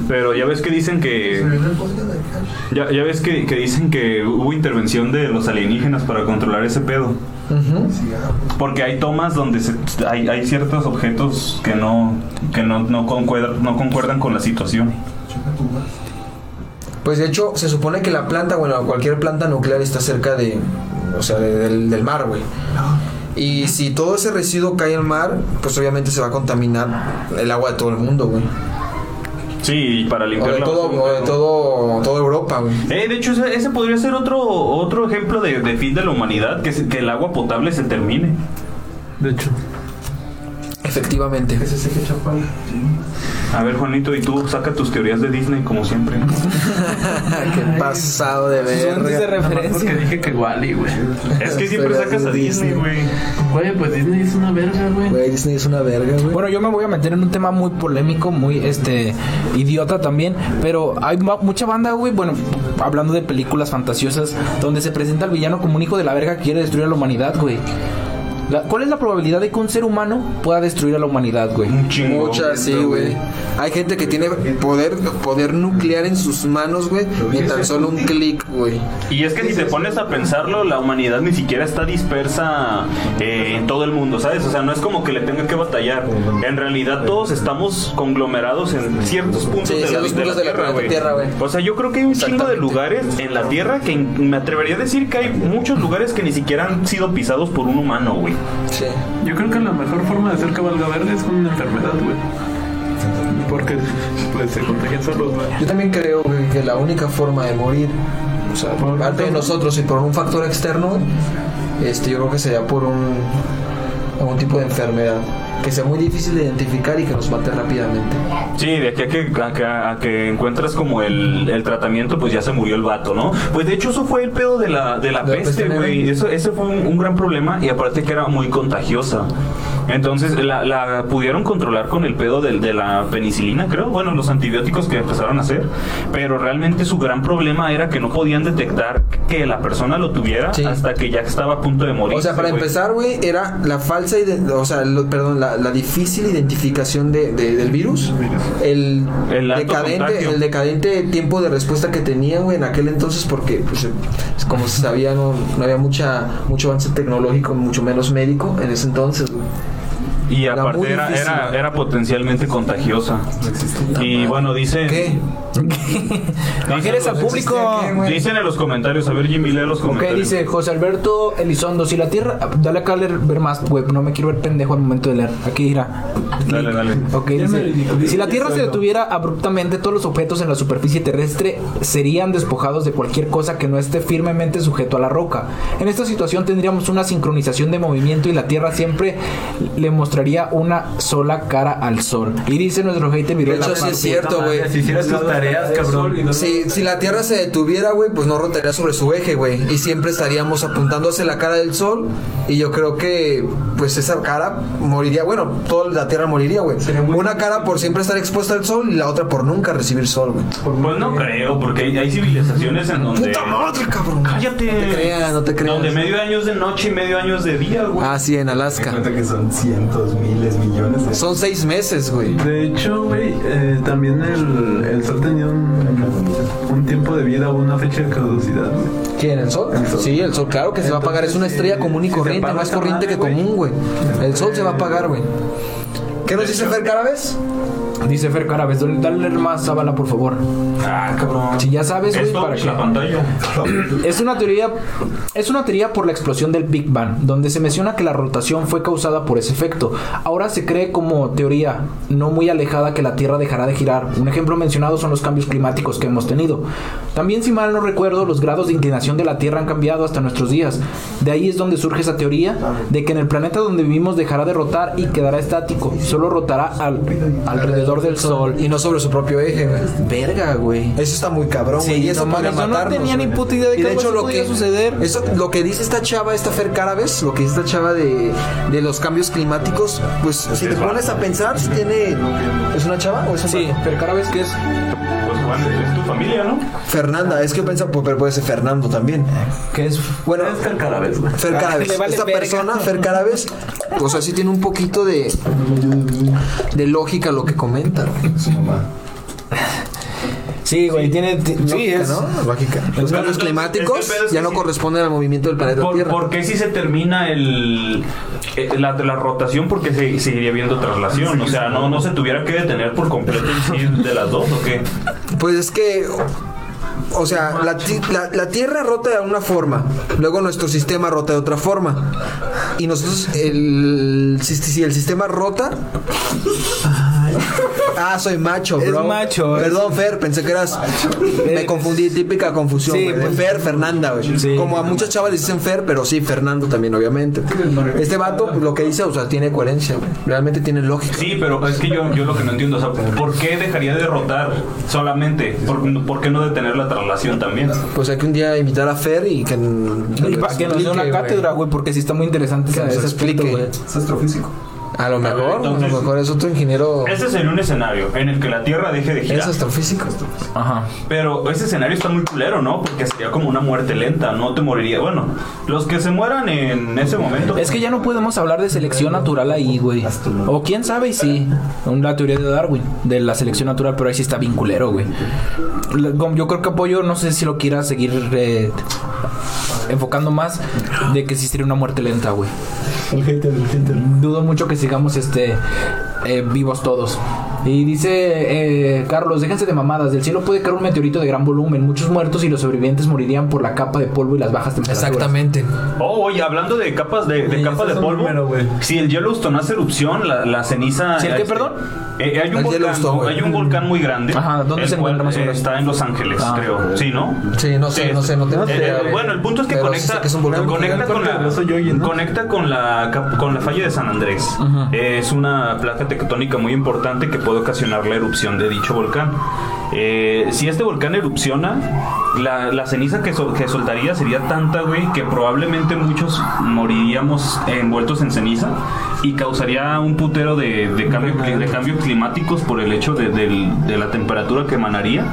S2: pero ya ves que dicen que ya, ya ves que, que dicen que hubo intervención de los alienígenas para controlar ese pedo. Porque hay tomas donde se- hay, hay ciertos objetos que no que no, no concuerdan, no concuerdan con la situación.
S3: Pues de hecho, se supone que la planta, bueno, cualquier planta nuclear está cerca de, o sea, de- del, del mar, güey. Y si todo ese residuo cae al mar, pues obviamente se va a contaminar el agua de todo el mundo, güey.
S2: Sí, y para
S3: O
S2: limpiar
S3: de
S2: la
S3: todo,
S2: basura,
S3: o de
S2: ¿no?
S3: todo, toda Europa, güey.
S2: Eh, de hecho, ese, ese podría ser otro, otro ejemplo de, de fin de la humanidad, que, se- que el agua potable se termine.
S4: De hecho,
S3: Efectivamente.
S7: Se seque Chapala.
S2: A ver, Juanito, y tú saca tus teorías de Disney como siempre.
S3: Qué pasado de
S5: Fuentes de
S3: ver.
S5: referencia.
S4: porque dije que Wally, güey.
S2: Es que siempre sacas a Disney, güey.
S4: Oye, pues Disney es una verga, güey.
S3: Güey, Disney es una verga, güey.
S5: Bueno, yo me voy a meter en un tema muy polémico, muy este idiota también, pero hay ma- mucha banda, güey, bueno, hablando de películas fantasiosas donde se presenta al villano como un hijo de la verga que quiere destruir a la humanidad, güey. La- ¿Cuál es la probabilidad de que un ser humano pueda destruir a la humanidad, güey?
S2: Un chingo.
S3: Muchas, sí, güey. Hay gente que tiene poder, poder nuclear en sus manos, güey, ni tan solo un clic, güey.
S2: Y es que si te pones a pensarlo, la humanidad ni siquiera está dispersa eh, en todo el mundo, ¿sabes? O sea, no es como que le tenga que batallar. En realidad todos estamos conglomerados en ciertos puntos
S3: Sí,
S2: de, la,
S3: ciertos puntos de la
S2: Tierra,
S3: planeta
S2: güey.
S3: Tierra, güey.
S2: O sea, yo creo que hay un chingo de
S3: Exactamente.
S2: lugares en la Tierra que in- me atrevería a decir que hay muchos lugares que ni siquiera han sido pisados por un humano, güey.
S3: Sí.
S4: Yo creo que la mejor forma de hacer que valga verga es con una enfermedad, güey. Porque
S6: pues se contagian solos, güey.
S3: Yo también creo güey, que la única forma de morir, o sea, por parte de nosotros y por un factor externo, este, yo creo que sería por un algún tipo de enfermedad que sea muy difícil de identificar y que nos mate rápidamente.
S2: Sí, de aquí a que, a que- a que encuentras como el, el tratamiento, pues ya se murió el vato, ¿no? Pues de hecho eso fue el pedo de la, de la
S3: De la
S2: peste,
S3: peste
S2: güey.
S3: negra.
S2: Eso, ese fue un, un gran problema y aparte que era muy contagiosa. Entonces la, la pudieron controlar con el pedo del- de, la penicilina, creo. Bueno, los antibióticos que empezaron a hacer. Pero realmente su gran problema era que no podían detectar que la persona lo tuviera
S3: Sí.
S2: hasta que ya estaba a punto de morir.
S3: O sea, para empezar, güey, era la falsa, ide- o sea, lo- perdón, la, la difícil identificación de- de- del virus, el,
S2: El alto
S3: decadente,
S2: contagio.
S3: el decadente tiempo de respuesta que tenía, güey, en aquel entonces, porque, pues, eh, como se sabía, no, no había mucha, mucho avance tecnológico, mucho menos médico en ese entonces, güey.
S2: Y
S3: Era muy
S2: aparte era,
S3: difícil.
S2: era, era potencialmente contagiosa. Y bueno, dice...
S3: ¿Qué?
S5: Ángeles al público.
S3: pues, ¿Existía qué, güey?
S2: Dicen en los comentarios, a ver Jimmy, lee los
S5: Ok,
S2: comentarios.
S5: dice José Alberto Elizondo. Si la tierra. Dale acá a leer, ver más, güey. No me quiero ver pendejo al momento de leer. Aquí irá.
S2: Dale, dale.
S5: Ok,
S7: Ya me
S5: dice,
S7: ridiculicé,
S5: si la
S7: ya
S5: Tierra se
S7: suelto.
S5: detuviera abruptamente, todos los objetos en la superficie terrestre serían despojados de cualquier cosa que no esté firmemente sujeto a la roca. En esta situación tendríamos una sincronización de movimiento y la Tierra siempre le mostraría una sola cara al sol. Y dice nuestro
S3: De
S5: hater viruela.
S3: hecho, sí es cierto, güey.
S6: Si hicieras tus tareas, cabrón.
S3: Si, si la Tierra se detuviera, güey, pues no rotaría sobre su eje, güey. Y siempre estaríamos apuntando hacia la cara del Sol. Y yo creo que, pues esa cara moriría, bueno, toda la Tierra moriría, güey. Una cara por siempre estar expuesta al Sol y la otra por nunca recibir Sol, güey.
S2: Pues no creo, porque hay, hay civilizaciones en donde.
S3: ¡Puta madre, cabrón!
S2: ¡Cállate!
S3: No te creas, no te creas.
S2: Donde medio año es de noche y medio año es de día, güey.
S3: Ah, sí, en Alaska.
S8: Cuenta que son cientos, miles, millones de...
S3: Son seis meses, güey.
S6: De hecho, güey, eh, también el, el sol tenía un, un tiempo de vida o una fecha de caducidad, güey.
S3: ¿Quién? ¿El sol? Sí, el sol, claro que se va a apagar. Es una
S8: eh,
S3: estrella común y
S6: si se
S3: corriente,
S6: apaga
S3: más
S6: esta
S3: corriente
S6: madre,
S3: que común, güey. El sol se va a apagar, güey. ¿Qué nos dice Fer Carabes?
S5: Dice Fer Carabes, dale dale más sábala, por favor.
S2: Ah, cabrón.
S5: Si ya sabes, güey,
S2: Es
S5: para
S2: touch
S5: que.
S2: la pantalla.
S5: Es una teoría es una teoría por la explosión del Big Bang, donde se menciona que la rotación fue causada por ese efecto. Ahora se cree como teoría no muy alejada que la Tierra dejará de girar. Un ejemplo mencionado son los cambios climáticos que hemos tenido. También si mal no recuerdo, los grados de inclinación de la Tierra han cambiado hasta nuestros días. De ahí es donde surge esa teoría de que en el planeta donde vivimos dejará de rotar y quedará estático, solo rotará al- alrededor del sol.
S3: Y no sobre su propio eje, güey.
S5: Verga, güey.
S3: Eso está muy cabrón, güey. y eso
S5: no
S3: podría
S5: mames, yo no
S3: matarnos,
S5: tenía
S3: güey.
S5: ni puta idea de
S3: Y
S5: que algo
S3: hecho,
S5: así
S3: lo
S5: podía
S3: que,
S5: suceder.
S3: Eso, lo que dice esta chava, esta Fer Carabes, lo que dice esta chava de, de los cambios climáticos, pues si te pones a pensar, si tiene. ¿Es una chava o es un
S5: Sí,
S3: vato?
S5: pero cada vez que es
S2: Pues Juan, es tu familia, ¿no?
S3: Fernanda, es que pensa, pues, pero puede ser Fernando también.
S5: que es
S3: Bueno,
S6: Cada vez, güey.
S3: Fer Carabes,
S5: Le vale
S3: esta
S5: verga.
S3: persona, Fer Carabes, o sea, sí tiene un poquito de, de lógica lo que comenta. güey.
S8: Su mamá.
S5: Sí, güey, tiene. ti- sí, es.
S3: ¿no? Lógica.
S2: Pero
S3: Los cambios
S2: entonces, es que
S3: climáticos
S2: el este pedo es
S3: ya
S2: que
S3: no
S2: sí.
S3: corresponden al movimiento del planeta
S2: ¿Por,
S3: Tierra.
S2: por qué si se termina el, eh, la, la rotación? Porque se, seguiría viendo traslación. O sea, no, no se tuviera que detener por completo el sí de las dos, ¿o qué?
S3: Pues es que. O sea, la, ti- la- la Tierra rota de una forma, luego nuestro sistema rota de otra forma. Y nosotros, el, si, si el sistema rota. Ah, soy macho,
S5: Es
S3: bro.
S5: macho, es-
S3: Perdón, Fer, pensé que eras. Me confundí, típica confusión.
S5: Sí,
S3: güey, de
S5: pues-
S3: Fer, Fernanda, güey.
S5: Sí.
S3: Como a muchas chavas les dicen Fer, pero sí, Fernando también, obviamente. Este vato, pues, lo que dice, o sea, tiene coherencia, güey. Realmente tiene lógica.
S2: Sí, pero es que yo, yo lo que no entiendo, o sea, ¿por qué dejaría de rotar solamente? ¿Por, por qué no detener la traslación también?
S3: Pues hay que un día invitar a Fer y que.
S5: Y para que nos dé una
S3: explique,
S5: cátedra, güey, porque sí está muy interesante
S3: Que
S5: ese
S3: nos
S5: ese aspecto,
S3: explique.
S5: güey.
S8: Es astrofísico.
S3: A lo mejor, a
S2: entonces-
S3: lo mejor es otro ingeniero.
S2: Ese sería un escenario en el que la Tierra deje de girar.
S3: Es astrofísico.
S5: Ajá.
S2: Pero ese escenario está muy culero, ¿no? Porque sería como una muerte lenta, no te moriría. Bueno, los que se mueran en ese momento.
S5: Es que ya no podemos hablar de selección natural ahí, güey. O quién sabe, y sí. La teoría de Darwin, de la selección natural, pero ahí sí está bien culero, güey. La- como Yo creo que apoyo, no sé si lo quiera seguir eh, enfocando más, de que sí sería una muerte lenta, güey. Dudo mucho que sigamos este eh, vivos todos. Y dice eh, Carlos, déjense de mamadas, del cielo puede caer un meteorito de gran volumen, muchos muertos y los sobrevivientes morirían por la capa de polvo y las bajas temperaturas.
S9: Exactamente.
S2: Oh, oye, hablando de capas de, de,
S6: Oye,
S2: capas
S6: ese
S2: de
S6: es un
S2: polvo.
S6: número, güey.
S2: si el Yellowstone hace erupción, la, la ceniza.
S5: ¿Si el qué,
S2: este,
S5: perdón?
S2: eh, hay, un
S3: El Yellowstone,
S2: volcán,
S3: güey.
S2: hay un volcán muy grande.
S5: Ajá, ¿dónde
S2: el
S5: se
S2: cual,
S5: encuentra más o
S2: eh,
S5: menos?
S2: Está en Los Ángeles, creo. Sí, ¿no?
S3: Ah. Sí, no sé,
S2: Sí,
S3: no sé, no tengo
S2: Eh,
S3: idea.
S2: bueno, el punto es que
S3: Pero sí
S2: conecta,
S3: sé que es un volcán.
S2: conecta, con
S6: Parte del
S2: la,
S6: oso Yogi, ¿no?
S2: conecta con la cap- con la falla de San Andrés. Eh, es una placa tectónica muy importante que puede ocasionar la erupción de dicho volcán. Eh, si este volcán erupciona, la, la ceniza que, sol- que soltaría sería tanta, güey, que probablemente muchos moriríamos envueltos en ceniza y causaría un putero de, de cambio cli- de cambios climáticos por el hecho de, del- de la temperatura que emanaría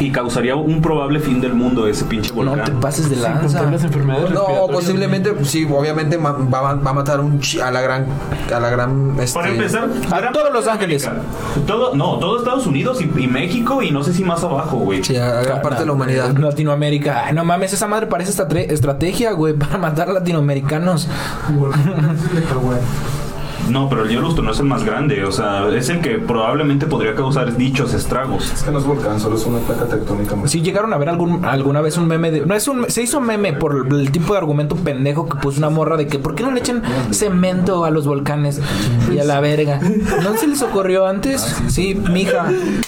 S2: y causaría un probable fin del mundo ese pinche
S5: No
S2: volcán.
S5: te pases de lanza.
S4: Contar las enfermedades
S3: No,
S4: respiratorias.
S3: posiblemente, sí, obviamente ma- va, a- va a matar un chi- a la gran. A la gran. Este,
S2: Para empezar,
S5: A
S2: gran
S5: todos
S2: parte
S5: Los
S2: de
S5: Ángeles.
S2: América. Todo, no, todo Estados Unidos y, y México y no sé si más abajo, güey.
S3: Sí, a la gran parte de la humanidad.
S5: Ah, Latinoamérica. Ay, no mames, esa madre parece esta tre- estrategia, güey, para matar latinoamericanos.
S2: No, pero el Yellowstone no es el más grande, o sea, es el que probablemente podría causar dichos estragos.
S8: Es que no es volcán, solo es una placa tectónica. más.
S5: Si llegaron a ver algún, alguna vez un meme de. No es un. Se hizo meme por el, el tipo de argumento pendejo que puso una morra de que ¿por qué no le echan cemento a los volcanes? Y a la verga. ¿No se les ocurrió antes?
S3: Ah,
S5: Sí, mija.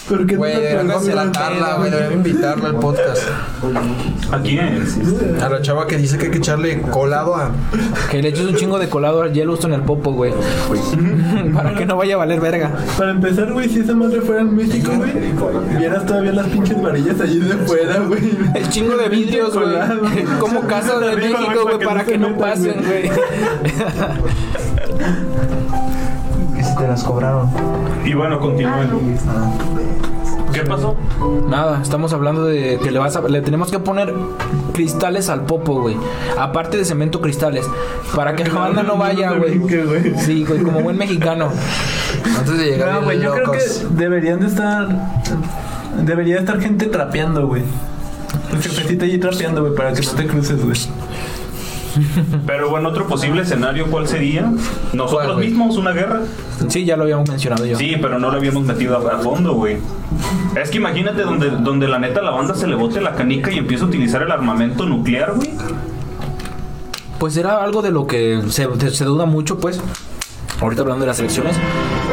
S3: Güey, deberían contratarla, güey, deberían invitarla al podcast.
S2: ¿A quién?
S3: A la chava que dice que hay que echarle colado a.
S5: Que le eches un chingo de colado al Yellowstone en el popo, güey. para que no vaya a valer verga.
S6: Para empezar, güey, si esa madre fuera en México, güey, vieras todavía las pinches varillas allí de fuera, güey.
S5: El chingo de vidrios, güey. Como casas de
S6: Arriba,
S5: México, güey, para que no
S6: se metan,
S5: pasen, güey.
S2: Y bueno, continúen. ¿Qué pasó?
S5: Nada, estamos hablando de que le vas a, le tenemos que poner cristales al popo, güey. Aparte de cemento cristales, para que la banda no vaya, güey. Sí, güey, como buen mexicano.
S3: Antes de llegar
S6: No,
S3: bien
S6: güey, yo creo que
S3: locos.
S6: deberían de estar. Debería de estar gente trapeando, güey. El jefecito allí trapeando, güey, para que no te cruces, güey.
S2: Pero bueno, otro posible escenario, ¿cuál sería?
S3: ¿Cuál,
S2: Nosotros
S3: güey?
S2: mismos, una guerra.
S5: Sí, ya lo habíamos mencionado yo.
S2: Sí, pero no lo habíamos metido a, a fondo, güey. Es que imagínate donde, donde la neta la banda se le bote la canica y empieza a utilizar el armamento nuclear, güey.
S5: Pues era algo de lo que se, de- se duda mucho, pues. Ahorita hablando de las elecciones,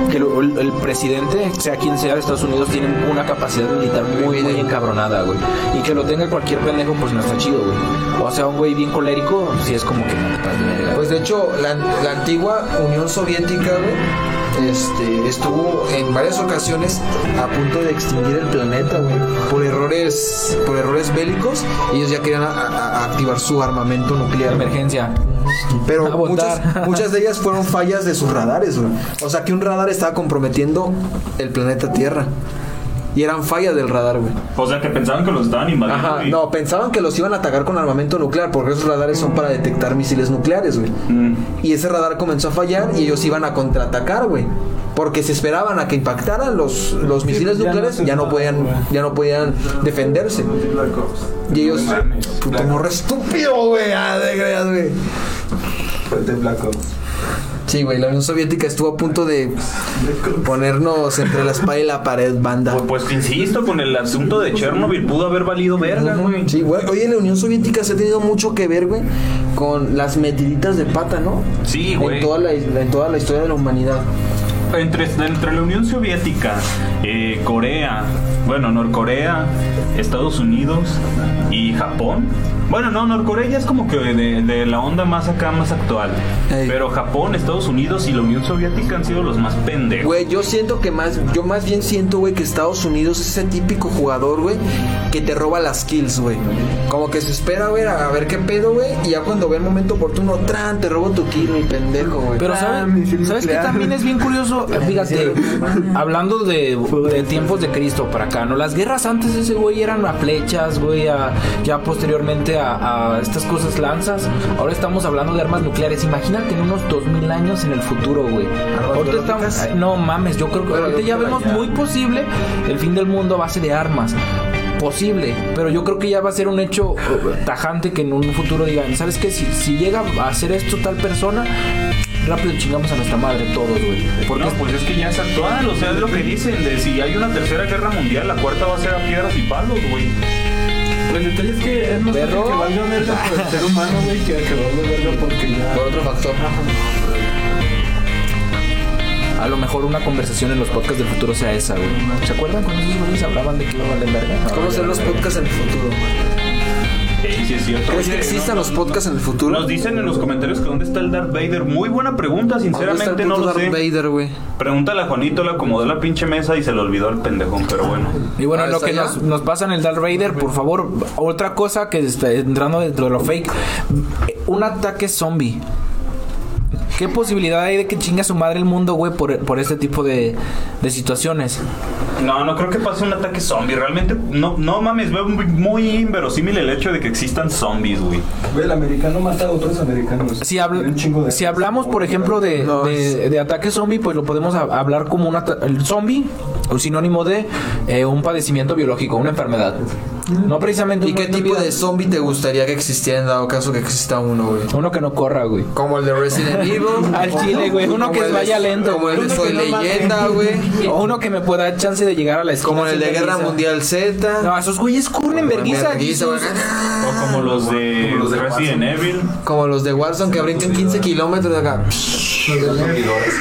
S5: que lo- el, el presidente, sea quien sea de Estados Unidos, tiene una capacidad militar muy, muy encabronada, güey. Y que lo tenga cualquier pendejo, pues no está chido, güey. O sea, un güey bien colérico, sí es como que no te pases de verga, güey.
S3: Pues de hecho, la, la antigua Unión Soviética, güey, este, estuvo en varias ocasiones a punto de extinguir el planeta, güey, por errores, por errores bélicos, ellos ya querían a- a- a activar su armamento nuclear. güey.
S5: Emergencia. A
S3: Pero
S5: votar.
S3: muchas, muchas de ellas fueron fallas de sus radares, güey. O sea que un radar estaba comprometiendo el planeta Tierra. Y eran fallas del radar, güey.
S2: O sea, que pensaban que los estaban invadiendo.
S3: Ajá,
S2: y-
S3: no, pensaban que los iban a atacar con armamento nuclear, porque esos radares son para detectar misiles nucleares, güey.
S2: Mm.
S3: Y ese radar comenzó a fallar y ellos iban a contraatacar, güey. Porque se esperaban a que impactaran los, los misiles
S6: pues ya no
S3: nucleares,
S6: se
S3: ya no
S6: va,
S3: podían, ya no podían defenderse. Y ellos, puto morro estúpido, güey, ah, de creas, güey.
S8: Fuerte blanco.
S3: Sí, güey, la Unión Soviética estuvo a punto de ponernos entre la espalda y la pared, banda.
S2: Pues, pues te insisto, con el asunto de Chernobyl pudo haber valido verga, güey.
S3: Sí, güey. Oye, la Unión Soviética se ha tenido mucho que ver, güey, con las metiditas de pata, ¿no?
S2: Sí, güey.
S3: En toda la, en toda la historia de la humanidad.
S2: Entre, entre la Unión Soviética, eh, Corea, bueno, Norcorea, Estados Unidos y Japón. Bueno, no, Norcorea ya es como que de, de la onda más acá, más actual.
S3: Ey.
S2: Pero Japón, Estados Unidos y la Unión Soviética han sido los más pendejos.
S3: Güey, yo siento que más, yo más bien siento, güey, que Estados Unidos es ese típico jugador, güey, que te roba las kills, güey. Como que se espera, güey, a ver qué pedo, güey, y ya cuando ve el momento oportuno, tran, te robo tu kill, mi pendejo, güey.
S5: Pero ¿sabes, ¿sabes que también es bien curioso? Fíjate, hablando de, de tiempos de Cristo para acá, ¿no? Las guerras antes ese güey eran a flechas, güey, a- ya posteriormente a, a estas cosas lanzas. Ahora estamos hablando de armas nucleares. Imagínate en unos 2000 años en el futuro, güey. Ahorita estamos... ay, No mames, yo creo que ahorita ya vemos muy posible el fin del mundo a base de armas. Posible, pero yo creo que ya va a ser un hecho eh, tajante que en un futuro digan, ¿sabes qué? Si, si llega a ser esto tal persona, rápido chingamos a nuestra madre todos, güey. Porque
S2: No, pues es que ya es actual, o sea, es lo que dicen de si hay una tercera guerra mundial, la cuarta va a ser a piedras y palos, güey.
S4: Pues, El detalle es que es más fácil
S3: Perro.
S4: que valga verga por el ser humano, güey, que que valga verga porque ya.
S3: Por otro factor.
S5: a lo mejor una conversación en los podcasts del futuro sea esa, güey. ¿Se acuerdan cuando esos güeyes hablaban de que iba a valer verga?
S3: ¿Cómo ser los podcasts en el futuro?
S2: Ey, sí es cierto.
S3: ¿Crees
S2: Oye,
S3: Pues que existan
S2: no,
S3: los podcasts en el futuro?
S2: Nos dicen en los comentarios que dónde está el Darth Vader. Muy buena pregunta,
S3: ¿Dónde está el
S2: sinceramente no
S3: puto
S2: lo
S3: Darth
S2: sé.
S3: Vader, güey?
S2: Pregúntale a Juanito, le acomodó la pinche mesa y se le olvidó el pendejón, pero bueno.
S5: Y bueno,
S3: Ah,
S5: lo
S3: ¿está
S5: que
S3: ya?
S5: nos, nos pasa en el Darth Vader, por favor, otra cosa que está entrando dentro de lo fake, eh, un ataque zombie. ¿Qué posibilidad hay de que chingue a su madre el mundo, güey, por, por este tipo de, de situaciones?
S2: No, no creo que pase un ataque zombie. Realmente, no, no mames, veo muy, muy inverosímil el hecho de que existan zombies, güey.
S8: Güey, el americano mata a otros americanos.
S5: Si, habl-
S8: Tiene un chingo de-
S5: si hablamos, por ejemplo, de,
S3: No,
S5: de, de ataque zombie, pues lo podemos hab- hablar como un ata- el zombie, un sinónimo de eh, un padecimiento biológico, una enfermedad. No precisamente
S3: ¿Y
S5: un
S3: qué
S5: momento
S3: tipo
S5: vida-
S3: de zombie te gustaría que existiera en dado caso que exista uno, güey?
S5: Uno que no corra, güey.
S3: Como el de Resident Evil.
S5: Al
S3: como-
S5: chile, güey, uno
S3: como
S5: que
S3: el de-
S5: vaya lento.
S3: Como el de
S5: Uno
S3: Soy
S5: que no mate.
S3: Leyenda, güey.
S5: O uno que me pueda dar chance de llegar a la esquina.
S3: Como el
S5: sin
S3: de Guerra
S5: vergüenza.
S3: Mundial Z.
S5: No, esos güeyes curren en vergüenza.
S3: Vergüenza, güey.
S2: O como los de,
S8: Ah. Como los de
S2: Resident Evil.
S3: Como los de Warzone que brincan 15 kilómetros de acá.
S8: Servidores.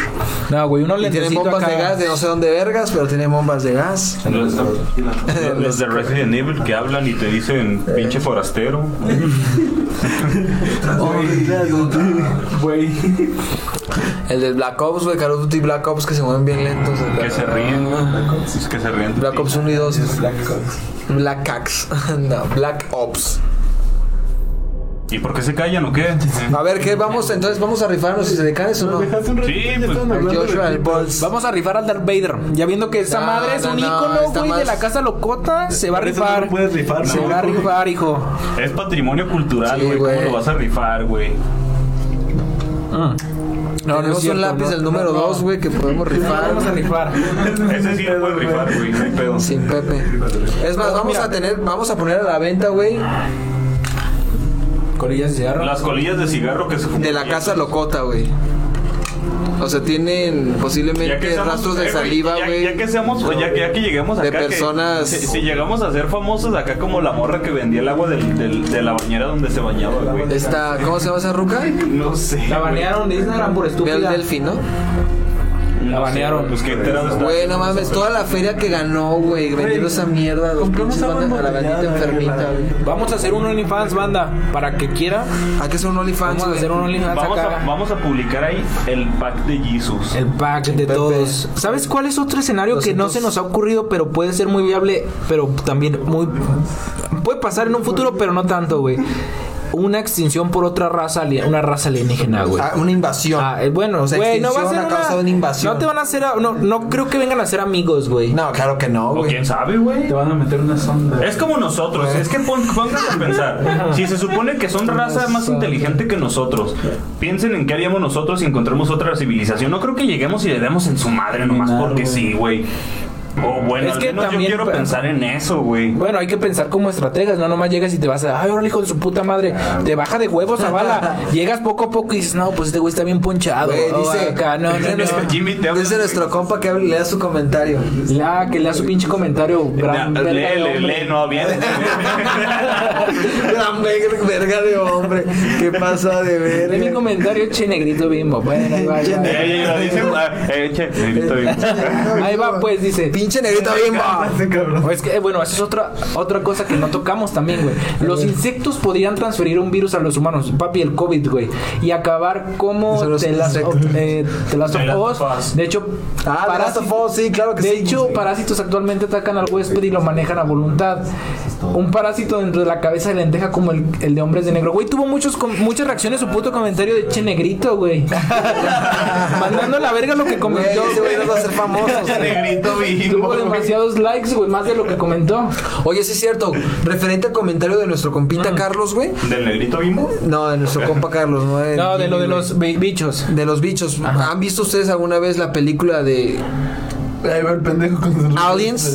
S5: No, güey, uno
S3: Y tienen
S5: lentecito
S3: bombas
S5: acá.
S3: de gas de no sé dónde vergas, pero tienen bombas de gas.
S2: Los, los de Resident Evil que hablan y te dicen pinche forastero.
S7: Güey.
S3: El del Black Ops, güey, Call of Duty Black Ops que se mueven bien lentos. acá.
S2: Que se ríen.
S8: Ah.
S2: Es que se ríen.
S3: Black Ops 1 y 2.
S8: Black Ops.
S3: Black Ops. No, Black Ops.
S2: ¿Y por qué se callan o qué?
S3: A ver, ¿qué? Vamos, entonces, ¿vamos a rifarnos si se decanes o no?
S7: Hace un rato
S2: Sí,
S7: ya
S2: pues,
S7: estaban
S3: Al
S7: hablando
S3: Joshua, al
S7: de
S3: Balls.
S5: Vamos a rifar al Darth Vader. Ya viendo que esa
S3: No,
S5: madre es
S3: no,
S5: un
S3: no,
S5: ícono,
S3: está
S5: güey, de
S3: más-
S5: la casa locota, se va a
S6: Por eso no
S5: rifar.
S6: lo puedes rifar,
S5: Se
S6: ¿no?
S5: va a rifar, hijo.
S2: Es patrimonio cultural,
S3: Sí,
S2: güey.
S3: güey.
S2: ¿Cómo lo vas a rifar, güey?
S5: No, no es
S3: Tenemos
S5: cierto,
S3: un lápiz,
S5: no.
S3: el número 2, güey, que podemos rifar.
S5: Vamos a rifar.
S2: Ese sí lo puedes rifar, güey. No hay pedo.
S3: Sin Pepe. Es más, vamos a tener, vamos a poner a la venta, güey,
S5: Colillas de cigarro.
S2: Las colillas de cigarro que se
S3: de la casa locota, güey. O sea, tienen
S2: Ya que
S3: posiblemente
S2: seamos-
S3: rastros de
S2: eh, güey,
S3: saliva,
S2: ya-
S3: güey.
S2: Ya, que seamos, o ya, que- ya que lleguemos
S3: De
S2: acá. que-
S3: personas-
S2: si, si llegamos a ser famosos acá como la morra que vendía el agua del- del- de la bañera donde se bañaba, güey.
S3: Esta, ¿cómo se llama esa ruca?
S2: No sé.
S5: La banearon de Instagram por
S3: Ve al
S5: estúpida.
S3: delfín, ¿no?
S2: No
S5: La
S2: sé,
S5: banearon.
S2: Pues que enterado está.
S3: Güey, no mames, toda la feria que ganó, güey, vendiendo esa mierda, los pinches bandas a la bandita enfermita, güey.
S5: Vamos a hacer un OnlyFans, banda. Para que quiera,
S3: ¿A qué son un OnlyFans,
S5: vamos a
S3: güey? Ah,
S5: hacer un OnlyFans
S2: Vamos
S5: acá.
S2: a, vamos a publicar ahí el pack de Jesus.
S5: El pack de todos. ¿Sabes cuál es otro escenario que no
S3: 200?
S5: se nos ha ocurrido, pero puede ser muy viable, pero también muy. Puede pasar en un futuro, pero no tanto, güey. Una extinción por otra raza, ali- una raza alienígena, güey.
S3: Ah, una invasión.
S5: Ah, eh, bueno,
S3: O sea,
S5: güey, no va a
S3: extinción
S5: ser
S3: a causa
S5: una,
S3: de una invasión.
S5: No te van a hacer, a- no, no creo que vengan a ser amigos, güey.
S3: No, claro que no,
S2: o
S3: güey.
S2: quién sabe, güey.
S4: Te van a meter una sonda.
S2: Es como nosotros, es que pon, pónganse a pensar. Si se supone que son raza más inteligente que nosotros, piensen en qué haríamos nosotros si encontramos otra civilización. No creo que lleguemos y le demos en su madre nomás
S4: Claro,
S2: porque
S4: güey.
S2: sí, güey. O bueno,
S5: Es
S2: al
S5: que
S2: menos yo
S5: también-
S2: quiero pensar en eso, güey.
S5: Bueno, hay que pensar como estrategas, no nomás llegas y te vas a, ay, ahora hijo de su puta madre, te baja de huevos a bala, llegas poco a poco y dices, no, pues este güey está bien ponchado,
S3: Güey,
S5: Oh,
S3: dice-
S5: acá, no, no, no.
S2: Jimmy, te hablo.
S3: Dice nuestro compa que hable- lea su comentario.
S5: La que lea su pinche comentario.
S2: Ya,
S5: Gran verga de
S2: Lee, lee,
S5: hombre.
S2: lee, no, bien.
S3: Gran ver- verga de hombre. ¿Qué pasa de
S5: Lee mi
S3: verga?
S5: comentario, che negrito bimbo. Bueno, ahí va, ahí va.
S2: Ella iba, dice, ah, eh, che, negrito, bien.
S5: Ahí va, pues, dice.
S3: Pinche negrito
S7: Ah,
S3: Ah, bimbo.
S5: O Es que, eh, bueno, eso es otra, otra cosa que no tocamos también, güey. Los insectos podrían transferir un virus a los humanos, papi, el COVID, güey. Y acabar como
S3: Son los
S5: te las,
S3: insectos.
S5: eh, The Last of
S2: The Last
S5: Us.
S2: of Us.
S5: De hecho,
S3: Ah, The Last of Us, sí, claro que
S5: de
S3: sí.
S5: hecho, parásitos actualmente atacan al huésped y lo manejan a voluntad. Un parásito dentro de la cabeza de lenteja como el, el de hombres de negro. Güey, tuvo muchos com- muchas reacciones su puto comentario de che negrito, güey. Mandando a la verga lo que
S3: Güey,
S5: comentó.
S3: ese güey nos va a hacer famosos. güey.
S2: Negrito,
S5: Tuvo
S2: bimbo.
S5: demasiados likes, güey, más de lo que comentó.
S3: Oye, sí es cierto. Referente al comentario de nuestro
S5: Ah.
S3: compita Carlos, güey.
S2: ¿Del negrito bimbo?
S3: No, de nuestro compa Carlos, no de.
S5: No, de lo de los bi- bichos.
S3: De los bichos. ¿Han visto ustedes alguna vez la película de
S7: Ahí va el pendejo con sus-
S3: Aliens?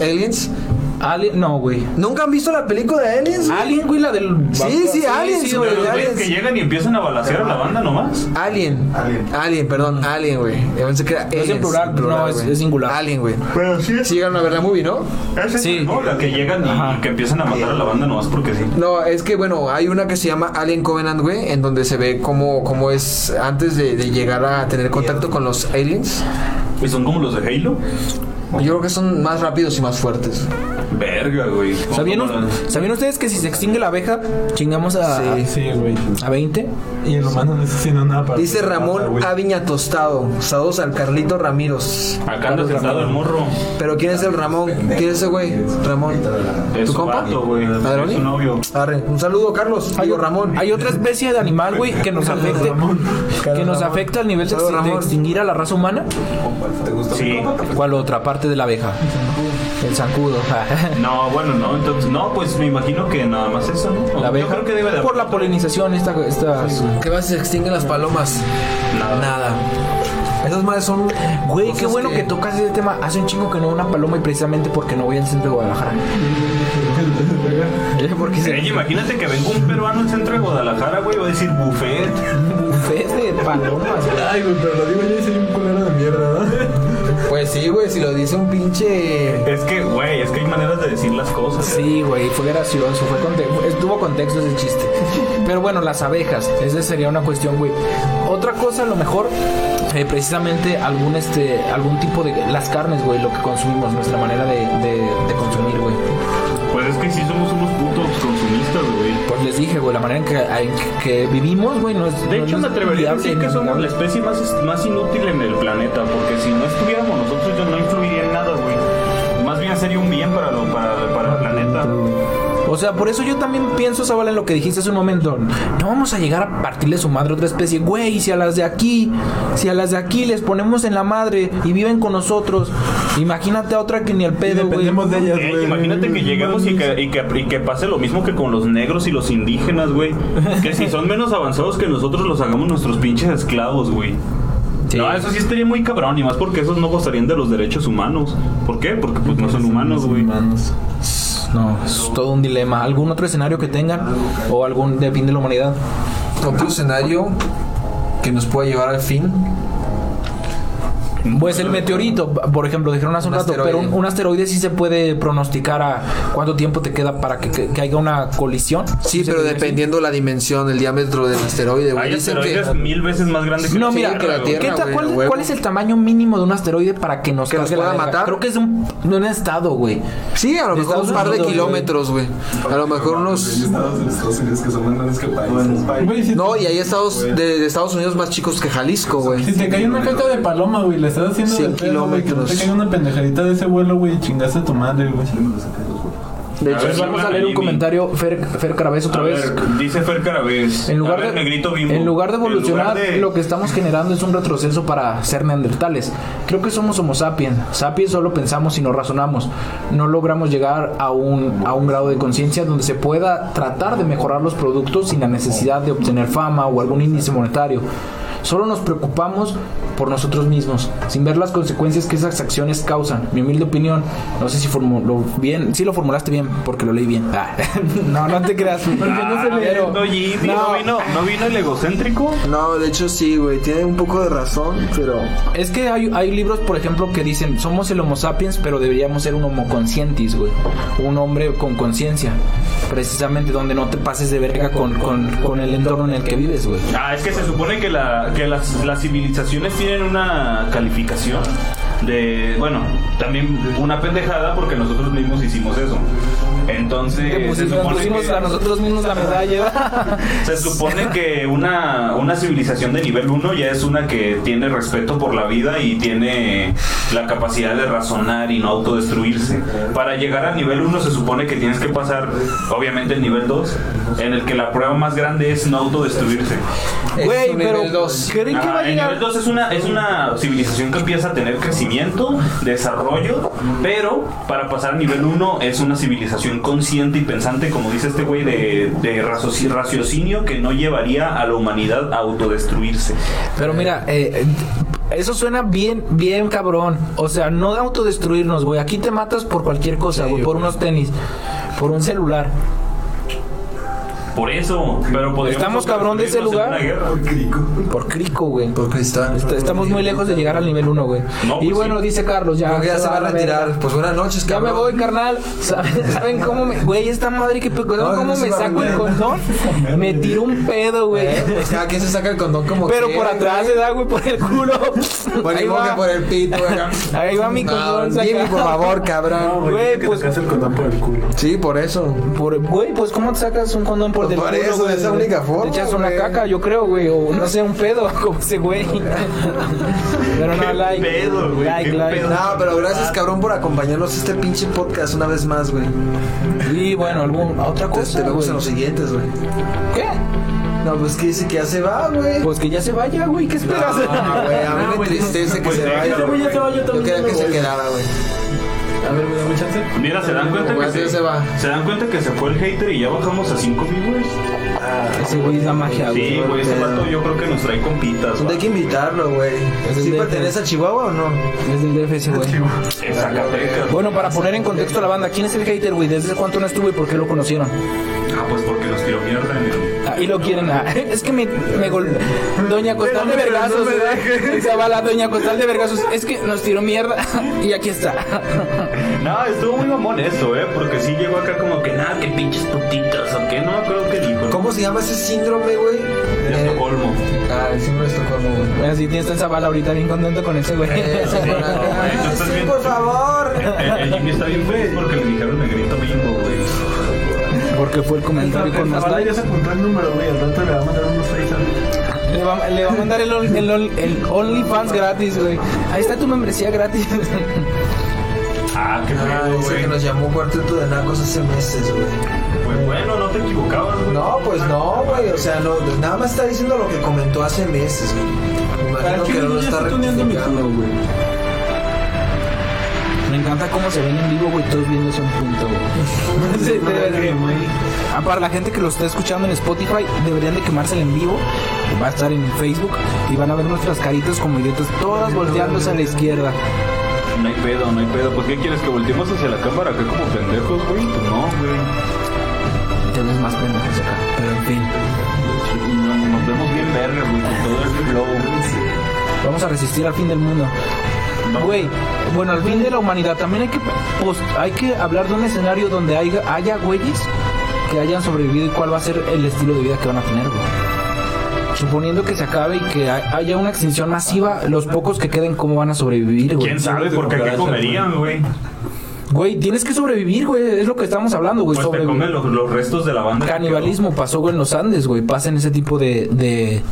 S3: Aliens, Aliens,
S5: Alien, no, güey.
S3: ¿Nunca han visto la película de Aliens? güey?
S5: Alien, güey, la del.
S3: Sí, sí, Aliens, güey.
S2: Pero los güeyes que llegan y empiezan a balasear a la banda nomás.
S3: Alien. Alien.
S8: Alien.
S3: perdón. Alien, güey. Yo pensé que era
S5: es en
S3: aliens,
S5: plural, no, es-
S3: güey.
S5: es singular.
S3: Alien, güey.
S1: Pero sí es.
S3: Sí llegaron a ver la movie, ¿no?
S1: ese-
S5: Sí.
S2: No, la que llegan y que empiezan a matar a la banda nomás porque sí.
S3: No, es que bueno, hay una que se llama Alien Covenant, güey, en donde se ve cómo, cómo es antes de, de llegar a tener contacto con los aliens.
S2: Y son como los de Halo.
S3: Yo creo que son más rápidos y más fuertes.
S2: Verga, güey.
S5: ¿Sabían,
S2: Como la-
S5: ¿Sabían ustedes que si se extingue la abeja, chingamos a,
S4: Sí, güey.
S5: a 20?
S4: Y el humano no está haciendo nada para.
S3: Dice
S4: para,
S3: Ramón
S4: güey.
S3: Aviña Tostado. Saludos al Carlito Ramírez.
S2: Acá anda sentado el morro.
S3: Pero ¿quién es el Ramón? ¿Quién es ese güey? Ramón.
S2: Es
S3: ¿Tu
S2: su
S3: compa?
S2: vato, güey. Es
S3: ¿Padroni?
S2: su novio.
S3: Arre. Un saludo, Carlos. Digo, Ramón.
S5: Hay otra especie de animal, güey, que nos afecte. Que nos afecta al nivel de,
S3: Saludos,
S5: extin- de
S3: Ramón.
S5: extinguir a la raza humana.
S2: Sí.
S5: ¿Cuál otra parte de la abeja? El zancudo.
S2: No, bueno, no. Entonces, no, pues me imagino que nada más eso, ¿no?
S5: La abeja.
S2: Yo creo que debe de
S5: Por la polinización, esta. esta
S3: ¿Qué va si se extinguen las palomas?
S2: Nada.
S3: Esas madres son.
S5: Güey, qué
S3: cosas
S5: bueno que... tocas ese tema. Hace un chingo que no veo una paloma y precisamente porque no voy al centro de Guadalajara. porque se
S2: Ey, imagínate que venga un peruano al centro de Guadalajara, güey, va a decir buffet.
S5: buffet de palomas.
S4: Ay, güey, pero lo digo yo y soy un culero de mierda, ¿no?
S3: Pues sí, güey, si lo dice un pinche.
S2: Es que, güey, es que hay maneras de decir las cosas.
S5: Sí, güey, fue gracioso, fue conte- estuvo contexto ese chiste. Pero bueno, las abejas, esa sería una cuestión, güey. Otra cosa, a lo mejor, eh, precisamente algún este, algún tipo de las carnes, güey, lo que consumimos, nuestra manera de, de- de consumir, güey.
S2: Pues es que sí somos unos putos consumistas, güey.
S5: Pues les dije, güey, la manera en que, en que vivimos, güey, no es.
S2: De
S5: no
S2: hecho,
S5: es
S2: me atrevería a
S5: viable,
S2: decir que somos la
S5: navegable.
S2: especie más, más inútil en el planeta, porque si no estuviéramos nosotros, yo no influiría en nada, güey. Más bien sería un bien para, lo, para, para el planeta.
S5: O sea, por eso yo también pienso, Zavala, en lo que dijiste hace un momento. No vamos a llegar a partirle su madre a otra especie. Güey, si a las de aquí, si a las de aquí les ponemos en la madre y viven con nosotros, imagínate a otra que ni el pedo, güey.
S4: Dependemos de ellas,
S2: Ey,
S4: güey.
S2: Eh, imagínate que lleguemos y que, y, que, y que pase lo mismo que con los negros y los indígenas, güey. Que si son menos avanzados que nosotros, los hagamos nuestros pinches esclavos, güey.
S5: Sí.
S2: No, eso sí estaría muy cabrón, y más porque esos no gozarían de los derechos humanos. ¿Por qué? Porque pues no son humanos, güey.
S4: Humanos.
S5: No, es todo un dilema. ¿Algún otro escenario que tengan? ¿O algún de fin de la humanidad?
S3: Otro escenario que nos pueda llevar al fin.
S5: Pues el meteorito, por ejemplo, dijeron hace un,
S3: Un
S5: rato,
S3: asteroide.
S5: pero un, un asteroide sí se puede pronosticar a cuánto tiempo te queda para que, que- que haya una colisión.
S3: Sí, pero dependiendo la dimensión, el diámetro del asteroide, güey.
S2: Hay
S3: Dicen que
S2: asteroides mil veces más grandes que
S5: No,
S2: la
S5: mira,
S2: Tierra,
S3: que la
S2: güey.
S3: Tierra.
S5: ¿Qué ta-
S3: güey,
S5: cuál,
S3: huevo.
S5: cuál es el tamaño mínimo de un asteroide para que nos
S3: ¿Que nos
S5: cargue la
S3: pueda
S5: verga?
S3: matar?
S5: Creo que es de un, de un estado, güey.
S3: Sí, a lo
S5: De
S3: mejor un
S5: Estados
S3: par de
S5: Unidos,
S3: kilómetros, güey. A lo mejor unos.
S8: Estados de los Estados Unidos que son más grandes que países.
S4: Güey, si,
S3: No, y hay estados de, de Estados Unidos más chicos que Jalisco,
S4: si
S3: güey.
S4: te cae una caca de paloma, güey, le estás haciendo
S3: Cien
S4: de pedo, güey, que no te
S3: kilómetros.
S4: cae una pendejadita de ese vuelo, güey, y chingaste a tu madre, güey.
S3: De
S2: A
S3: hecho,
S2: ver,
S3: sí.
S5: Vamos a leer un comentario, Fer, Fer Carabés otra
S2: A
S5: vez.
S2: ver, dice Fer Carabés.
S5: En lugar,
S2: A ver,
S5: de,
S2: negrito bimbo.
S5: en lugar de
S2: En
S5: evolucionar,
S2: lugar de-
S5: lo que estamos generando es un retroceso para ser neandertales. Creo que somos homo sapiens. Sapiens solo pensamos y no razonamos. No logramos llegar a un, a un grado de conciencia donde se pueda tratar de mejorar los productos sin la necesidad de obtener fama o algún índice monetario. Solo nos preocupamos por nosotros mismos, sin ver las consecuencias que esas acciones causan. Mi humilde opinión, no sé si formuló bien, si lo formulaste bien, porque lo leí bien. Ah, no, no te creas. Porque no se
S2: Ah,
S5: leyeron.
S2: oye, ¿no
S5: No.
S2: vino- ¿No vino el egocéntrico?
S3: No, de hecho sí, güey. Tiene un poco de razón, pero.
S5: Es que hay, hay libros, por ejemplo, que dicen, somos el Homo sapiens, pero deberíamos ser un Homo conscientis, güey. Un hombre con conciencia. Precisamente donde no te pases de verga con, con, con el entorno en el que vives, güey.
S2: Ah, es que se supone que, la, que las, las civilizaciones tienen una calificación de, bueno, también una pendejada porque nosotros mismos hicimos eso. Entonces, se
S5: Pues, Nos
S2: supone
S5: pusimos a
S2: que,
S5: nosotros mismos la medalla.
S2: se supone que una, una civilización de nivel 1 ya es una que tiene respeto por la vida y tiene la capacidad de razonar y no autodestruirse. Para llegar al nivel 1 se supone que tienes que pasar, obviamente, el nivel 2, en el que la prueba más grande es no autodestruirse.
S5: Güey,
S3: un
S5: pero
S3: nivel dos.
S5: ¿creen que
S2: Ah,
S5: va a
S2: el nivel
S5: llegar?
S2: dos es una, es una civilización que empieza a tener crecimiento, desarrollo, pero para pasar al nivel 1 es una civilización consciente y pensante, como dice este güey, de, de razoci- raciocinio que no llevaría a la humanidad a autodestruirse.
S5: Pero mira, eh, eh, Eso suena bien, bien cabrón. O sea, no de autodestruirnos, güey. Aquí te matas por cualquier cosa, güey. Por unos tenis, por un celular.
S2: Por eso, pero podríamos
S5: Estamos cabrón de ese
S2: construirnos en
S5: lugar.
S2: una guerra.
S5: Por crico, güey.
S3: Por cristal.
S5: Est- Estamos muy lejos de llegar al nivel 1, güey.
S2: No,
S5: y
S2: pues
S5: bueno,
S2: sí.
S5: dice Carlos, ya.
S3: Creo que Ah, ya se va a
S5: la
S3: retirar.
S5: verga.
S3: Pues buenas noches,
S5: Ya me
S3: cabrón.
S5: voy, carnal. ¿Saben, saben cómo me. Güey, esta madre que pedo.
S3: No,
S5: ¿Cómo
S3: no se
S5: me
S3: va a
S5: saco el
S3: ver.
S5: condón? Me tiro un pedo, güey.
S3: Pues cada quien se saca el condón como
S5: Pero por
S3: quiera,
S5: atrás
S3: güey.
S5: se da, güey, por el culo.
S3: Por el
S5: Ahí
S3: boca,
S5: va.
S3: por el pito, güey.
S5: Ahí va mi condón
S3: No, Jimmy,
S5: sacado.
S3: por favor, cabrón.
S5: Güey, pues.
S8: Hace el condón por el culo.
S3: Sí, por eso.
S5: por- Güey, pues, ¿cómo te sacas un condón
S3: Pues
S5: por del
S3: por
S5: culo,
S3: eso,
S5: güey?
S3: es la única forma,
S5: Te echas una
S3: güey.
S5: caca, yo creo, güey. O no sé, un pedo, como ese güey. Pero no,
S2: Qué
S5: like.
S2: pedo, güey,
S5: Like,
S2: qué
S5: like.
S2: pedo.
S3: No, pero gracias, cabrón, por acompañarnos a este pinche podcast una vez más, güey.
S5: Y bueno, algún, otra
S3: Te,
S5: cosa.
S3: te vemos
S5: güey.
S3: en los siguientes, güey.
S5: ¿Qué?
S3: No, pues que dice que ya se va, güey.
S5: Pues que ya se vaya, güey. ¿Qué
S3: No,
S5: esperas?
S3: Ah, güey, a mí me entristece que
S2: Pues
S3: se vaya.
S2: déjalo,
S3: güey.
S7: ya se va, yo
S3: Yo
S7: también
S3: quería
S7: me
S3: que se
S7: voy.
S3: quedara, güey.
S7: A ver, me da un chance.
S2: Mira, se dan cuenta
S3: Pues
S2: que
S3: ya
S2: se,
S3: se va.
S2: se dan cuenta que se fue el hater y ya bajamos a 5 viewers.
S5: Ese güey es la magia, güey.
S2: Sí, güey, ese
S3: pedo.
S2: vato yo creo que nos trae compitas.
S3: Pues Hay
S2: vato.
S3: que invitarlo, güey.
S5: Es el
S3: ¿Sí
S5: de-
S3: pertenece a Chihuahua o no?
S5: Es del DF ese güey.
S2: En Zacatecas.
S5: Bueno, para poner en contexto a la banda, ¿quién es el hater, güey? ¿Desde cuánto no estuvo y por qué lo conocieron?
S2: Ah, pues porque nos tiró mierda en el.
S5: Ah, y lo quieren. ah, es que me, me gol- Doña Costal de Vergazos. ¿verdad? Se va la Doña Costal de Vergazos. Es que nos tiró mierda y aquí está.
S2: No, estuvo muy mamón eso, ¿eh? Porque sí llegó acá como que nada, que pinches putitas o que no me acuerdo qué dijo. ¿no?
S3: ¿Cómo se llama ese síndrome, güey?
S2: De
S3: Eh,
S2: Estocolmo.
S3: Ah, el síndrome de Estocolmo, güey.
S5: Así tienes esta bala ahorita bien contento con ese güey.
S3: Eh, sí, por acá.
S2: güey, tú estás
S3: Sí,
S2: bien.
S3: por favor.
S2: El, el Jimmy está bien feliz porque le dijeron negrito bimbo, güey.
S5: Porque fue el comentario con más
S6: Ahora ya
S5: likes.
S6: se apuntó el número, güey. Al rato le va a mandar unos seis a
S5: Le va, le va a mandar el, on- el, on- el OnlyFans gratis, güey. Ahí está tu membresía gratis.
S2: Ah, qué
S3: Ah,
S2: pedo,
S3: dice
S2: güey.
S3: que nos llamó Cuarteto de Nacos hace meses, güey.
S2: Pues bueno, no te equivocabas, güey.
S3: No, pues no, güey. O sea, no, nada más está diciendo lo que comentó hace meses, güey. Me
S7: ¿Para
S3: Imagino
S7: qué
S3: que no lo
S7: niña
S3: está
S7: está tuneando mi culo,
S3: rectificando.
S7: güey?
S5: Me encanta cómo se ven en vivo, güey, todos viendo ese un punto, güey. Sí, de verdad. Ah, para la gente que lo está escuchando en Spotify, deberían de quemarse en vivo. Va a estar en Facebook y van a ver nuestras caritas como idiotas, todas volteándose a la izquierda.
S2: No hay pedo, no hay pedo. ¿Por qué quieres que volteemos hacia la cámara acá como pendejos, güey? Pues no, güey.
S5: Te ves más pendejos acá, pero en fin.
S2: No, Nos vemos bien verga, güey, con todo este flow.
S5: Vamos a resistir al fin del mundo. Güey, bueno, al fin de la humanidad también hay que, pues, hay que hablar de un escenario donde haya, haya güeyes que hayan sobrevivido y cuál va a ser el estilo de vida que van a tener, güey. Suponiendo que se acabe y que ha- haya una extinción masiva, los pocos que queden, ¿cómo van a sobrevivir, güey?
S2: ¿Quién sabe? Porque qué comerían, güey.
S5: Güey, tienes que sobrevivir, güey. Es lo que estamos hablando, güey.
S2: Pues te
S5: sobrevivir.
S2: comen los, los restos de la banda. que
S5: Canibalismo pasó güey, en los Andes, güey. Pasa en ese tipo de, de-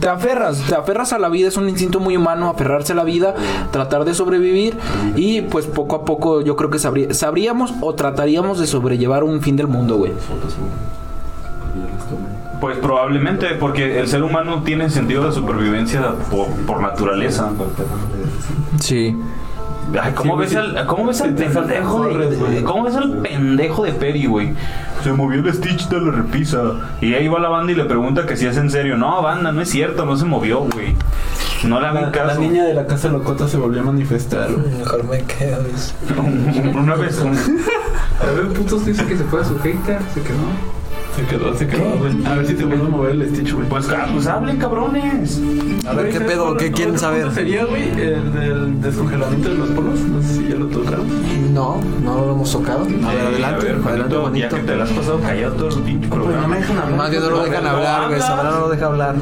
S5: Te aferras, te aferras a la vida. Es un instinto muy humano aferrarse a la vida, tratar de sobrevivir. Y pues poco a poco yo creo que sabrí- sabríamos o trataríamos de sobrellevar un fin del mundo, güey.
S2: quedó. Pues probablemente, porque el ser humano tiene sentido de supervivencia por, por naturaleza.
S5: Sí.
S2: Ay, ¿cómo, ves al, ¿Cómo ves al pendejo de, ¿Cómo ves al pendejo de Perry, güey? Se movió el Stitch de la repisa. Y ahí va la banda y le pregunta que si es en serio. No, banda, no es cierto, no se movió, güey. No le hagan
S6: La, la
S2: caso.
S6: niña de la casa locota se volvió a manifestar, güey.
S3: Mejor me quedo, dice.
S2: Una vez. un-
S7: A ver, putos dice que se fue a su hater, se quedó.
S6: Se quedó, se quedó, güey. A ver si te vuelve a mover el Stitch, güey.
S2: Pues, ah, pues hablen, cabrones.
S3: A ver,
S6: Güey,
S3: ¿qué
S6: ¿sabes
S3: pedo?
S6: cuál
S3: ¿Qué
S6: otro
S3: quieren
S6: punto
S3: saber?
S6: sería, güey, el del descongelamiento de los polos? No sé si ya lo tocaron.
S3: No, no lo hemos tocado. A ver,
S2: Eh,
S3: adelante,
S2: a ver, Juanito,
S3: adelante,
S2: Ya
S3: bonito.
S2: que te la has pasado callado todo el pinche programa.
S3: Más bien no lo dejan hablar, güey. Sabrá no lo deja hablar.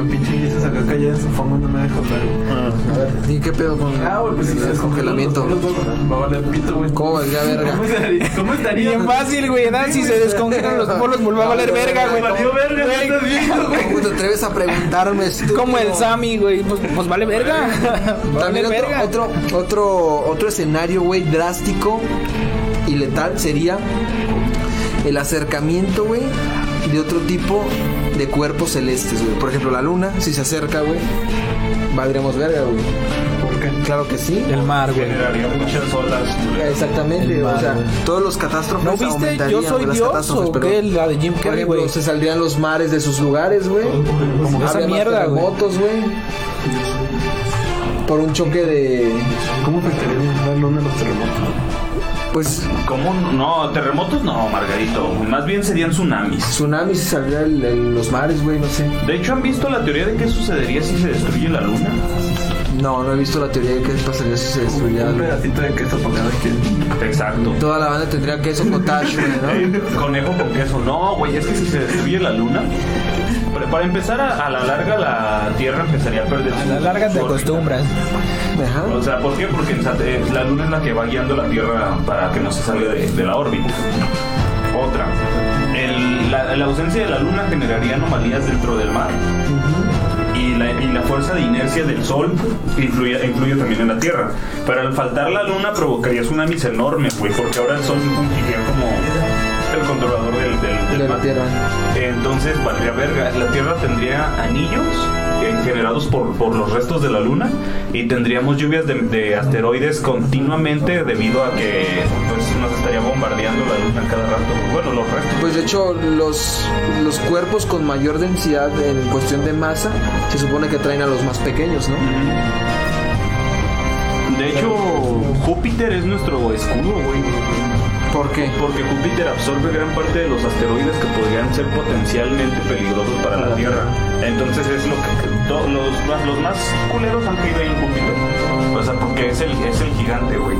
S6: Un pinche y esas acá calladas en su fama no me deja hablar, güey.
S3: A ver, ¿y qué pedo con
S6: Ah, güey, pues si se
S3: el descongelamiento?
S6: descongelan los polos, Va a valer pito, güey.
S3: ¿Cómo valdría verga?
S6: ¿Cómo estaría? ¿Cómo estaría?
S5: Bien fácil, güey. Nada, si se descongelan los polos, vuelve a valer verga, güey.
S6: Valió verga, ¿no estás viendo, güey?
S3: ¿Cómo te atreves a preguntarme, estúpido?
S5: Como el Sammy, güey. Pues, pues vale verga. Vale
S3: También otro,
S5: verga.
S3: otro, otro, otro escenario, güey, drástico y letal sería el acercamiento, güey, de otro tipo de cuerpos celestes, güey. Por ejemplo, la luna, si se acerca, güey, valdremos verga, güey. Claro que sí.
S5: El mar, güey.
S3: Pues,
S2: Generaría muchas olas. güey.
S3: Exactamente,
S5: El
S3: o sea,
S5: mar, güey.
S3: todos los catástrofes
S5: ¿No viste?
S3: aumentarían,
S5: Yo
S3: güey,
S5: soy
S3: las
S5: Dios
S3: catástrofes,
S5: o
S3: pero-
S5: qué? La de Jim
S3: Por
S5: Carrey,
S3: ejemplo,
S5: güey.
S3: se saldrían los mares de sus lugares, güey.
S5: Esa
S3: Habría más
S5: mierda, güey.
S3: terremotos, güey. por un choque de.
S4: ¿Cómo afectaría la luna a los terremotos?
S3: Pues
S2: ¿Cómo? No, terremotos no, Margarito. Más bien serían tsunamis.
S3: tsunamis y saldría el- el- los mares, güey, no sé.
S2: De hecho, ¿han visto la teoría de qué sucedería si se destruye la luna?
S3: No, no he visto la teoría de qué pasaría si se destruyera.
S6: Un
S3: algo.
S6: pedacito de queso por cada quien.
S2: Exacto.
S3: Toda la banda tendría queso cottage, güey, ¿no?
S2: Eh, conejo con queso. No, güey, es que si se destruye la luna, pre- para empezar a, a la larga la Tierra empezaría a perder.
S5: A la larga te acostumbras.
S3: Ajá.
S2: O sea, ¿por qué? Porque en sat- eh, la luna es la que va guiando la Tierra para que no se salga de, de la órbita. Otra. el- la, la ausencia de la luna generaría anomalías dentro del mar. Y la, y la fuerza de inercia del Sol influye, influye también en la Tierra. Pero al faltar la Luna provocaría tsunamis enormes, güey, porque ahora el Sol fungiría como el controlador del, del- del
S3: De la
S2: mar.
S3: Tierra.
S2: Entonces, valdría verga. La Tierra tendría anillos eh, generados por, por los restos de la Luna y tendríamos lluvias de, de asteroides continuamente debido a que pues, nos estaría bombardeando la Luna cada rato. Bueno, los restos.
S3: Pues de hecho, los, los cuerpos con mayor densidad en cuestión de masa se supone que atraen a los más pequeños, ¿no?
S2: De hecho, Júpiter es nuestro escudo, güey.
S3: ¿Por qué?
S2: Porque Júpiter absorbe gran parte de los asteroides que podrían ser potencialmente peligrosos para la Tierra. Entonces es lo que que to- los, más, los más culeros han caído ahí en Júpiter. O sea, porque es el, es el gigante, güey.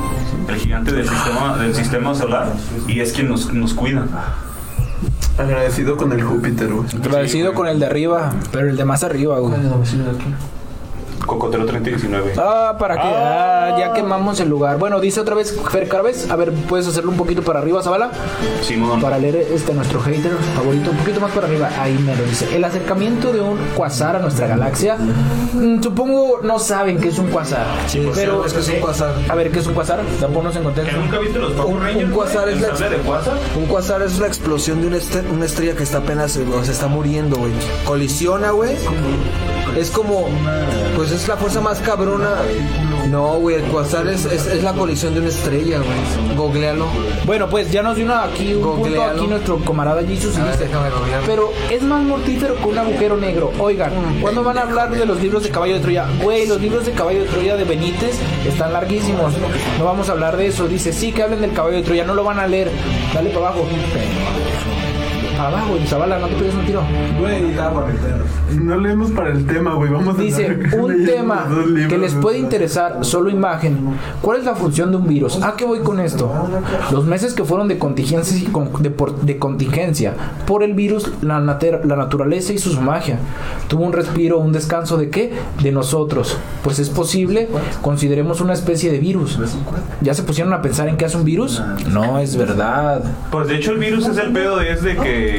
S2: El gigante del sistema, del sistema solar y es quien nos, nos cuida.
S6: Agradecido con el Júpiter, güey.
S5: Agradecido con el de arriba, pero el de más arriba, güey.
S2: Cocotero 3019.
S5: Ah, ¿para qué? Ah, ya quemamos el lugar. Bueno, dice otra vez Fer Carves. A ver, ¿puedes hacerlo un poquito para arriba, Zabala?
S2: Simón.
S5: Para leer este nuestro hater favorito, un poquito más para arriba. Ahí me lo dice. El acercamiento de un quasar a nuestra galaxia. Mm, Supongo no saben qué es un quasar. pero
S3: es que es un quasar.
S5: A ver, ¿qué es un quasar? Ponnos en
S2: ¿Que
S5: contexto.
S3: Eh.
S2: nunca viste los Power
S3: Un-
S2: Rangers?
S3: un cuasar
S2: ¿El
S3: es la-
S2: sable de cuasar?
S3: Un quasar es una explosión de una, este- una estrella que está apenas, o se está muriendo, güey. Colisiona, güey. Es como, pues es la fuerza más cabrona. No, güey, el quasar es, es, es la colisión de una estrella, güey. Googlealo.
S5: Bueno, pues ya nos dio una, aquí un punto
S3: Googlealo.
S5: aquí nuestro camarada Jesus y
S3: A ver,
S5: dice,
S3: déjame googlearlo.
S5: pero es más mortífero que un agujero negro. Oigan, ¿cuándo van a hablar de los libros de Caballo de Troya? Güey, los libros de Caballo de Troya de Benítez están larguísimos. No vamos a hablar de eso. Dice, sí que hablen del Caballo de Troya, no lo van a leer. Dale para abajo. Para abajo, y Zavala, no te pegues un tiro.
S4: No leemos para el tema, güey. Vamos a
S5: Dice,
S4: andar
S5: un
S4: leyendo
S5: tema
S4: los dos libros,
S5: que les
S4: güey.
S5: puede interesar, solo imagen. ¿Cuál es la función de un virus? ¿A qué voy con esto? Los meses que fueron de contingencia, y con- de, por- de contingencia por el virus, la, nater- la naturaleza y su magia. Tuvo un respiro, un descanso de qué? De nosotros. Pues es posible, consideremos una especie de virus. ¿Ya se pusieron a pensar en qué hace un virus?
S4: pues
S5: No, es verdad.
S2: Pues de hecho el virus es el pedo es de que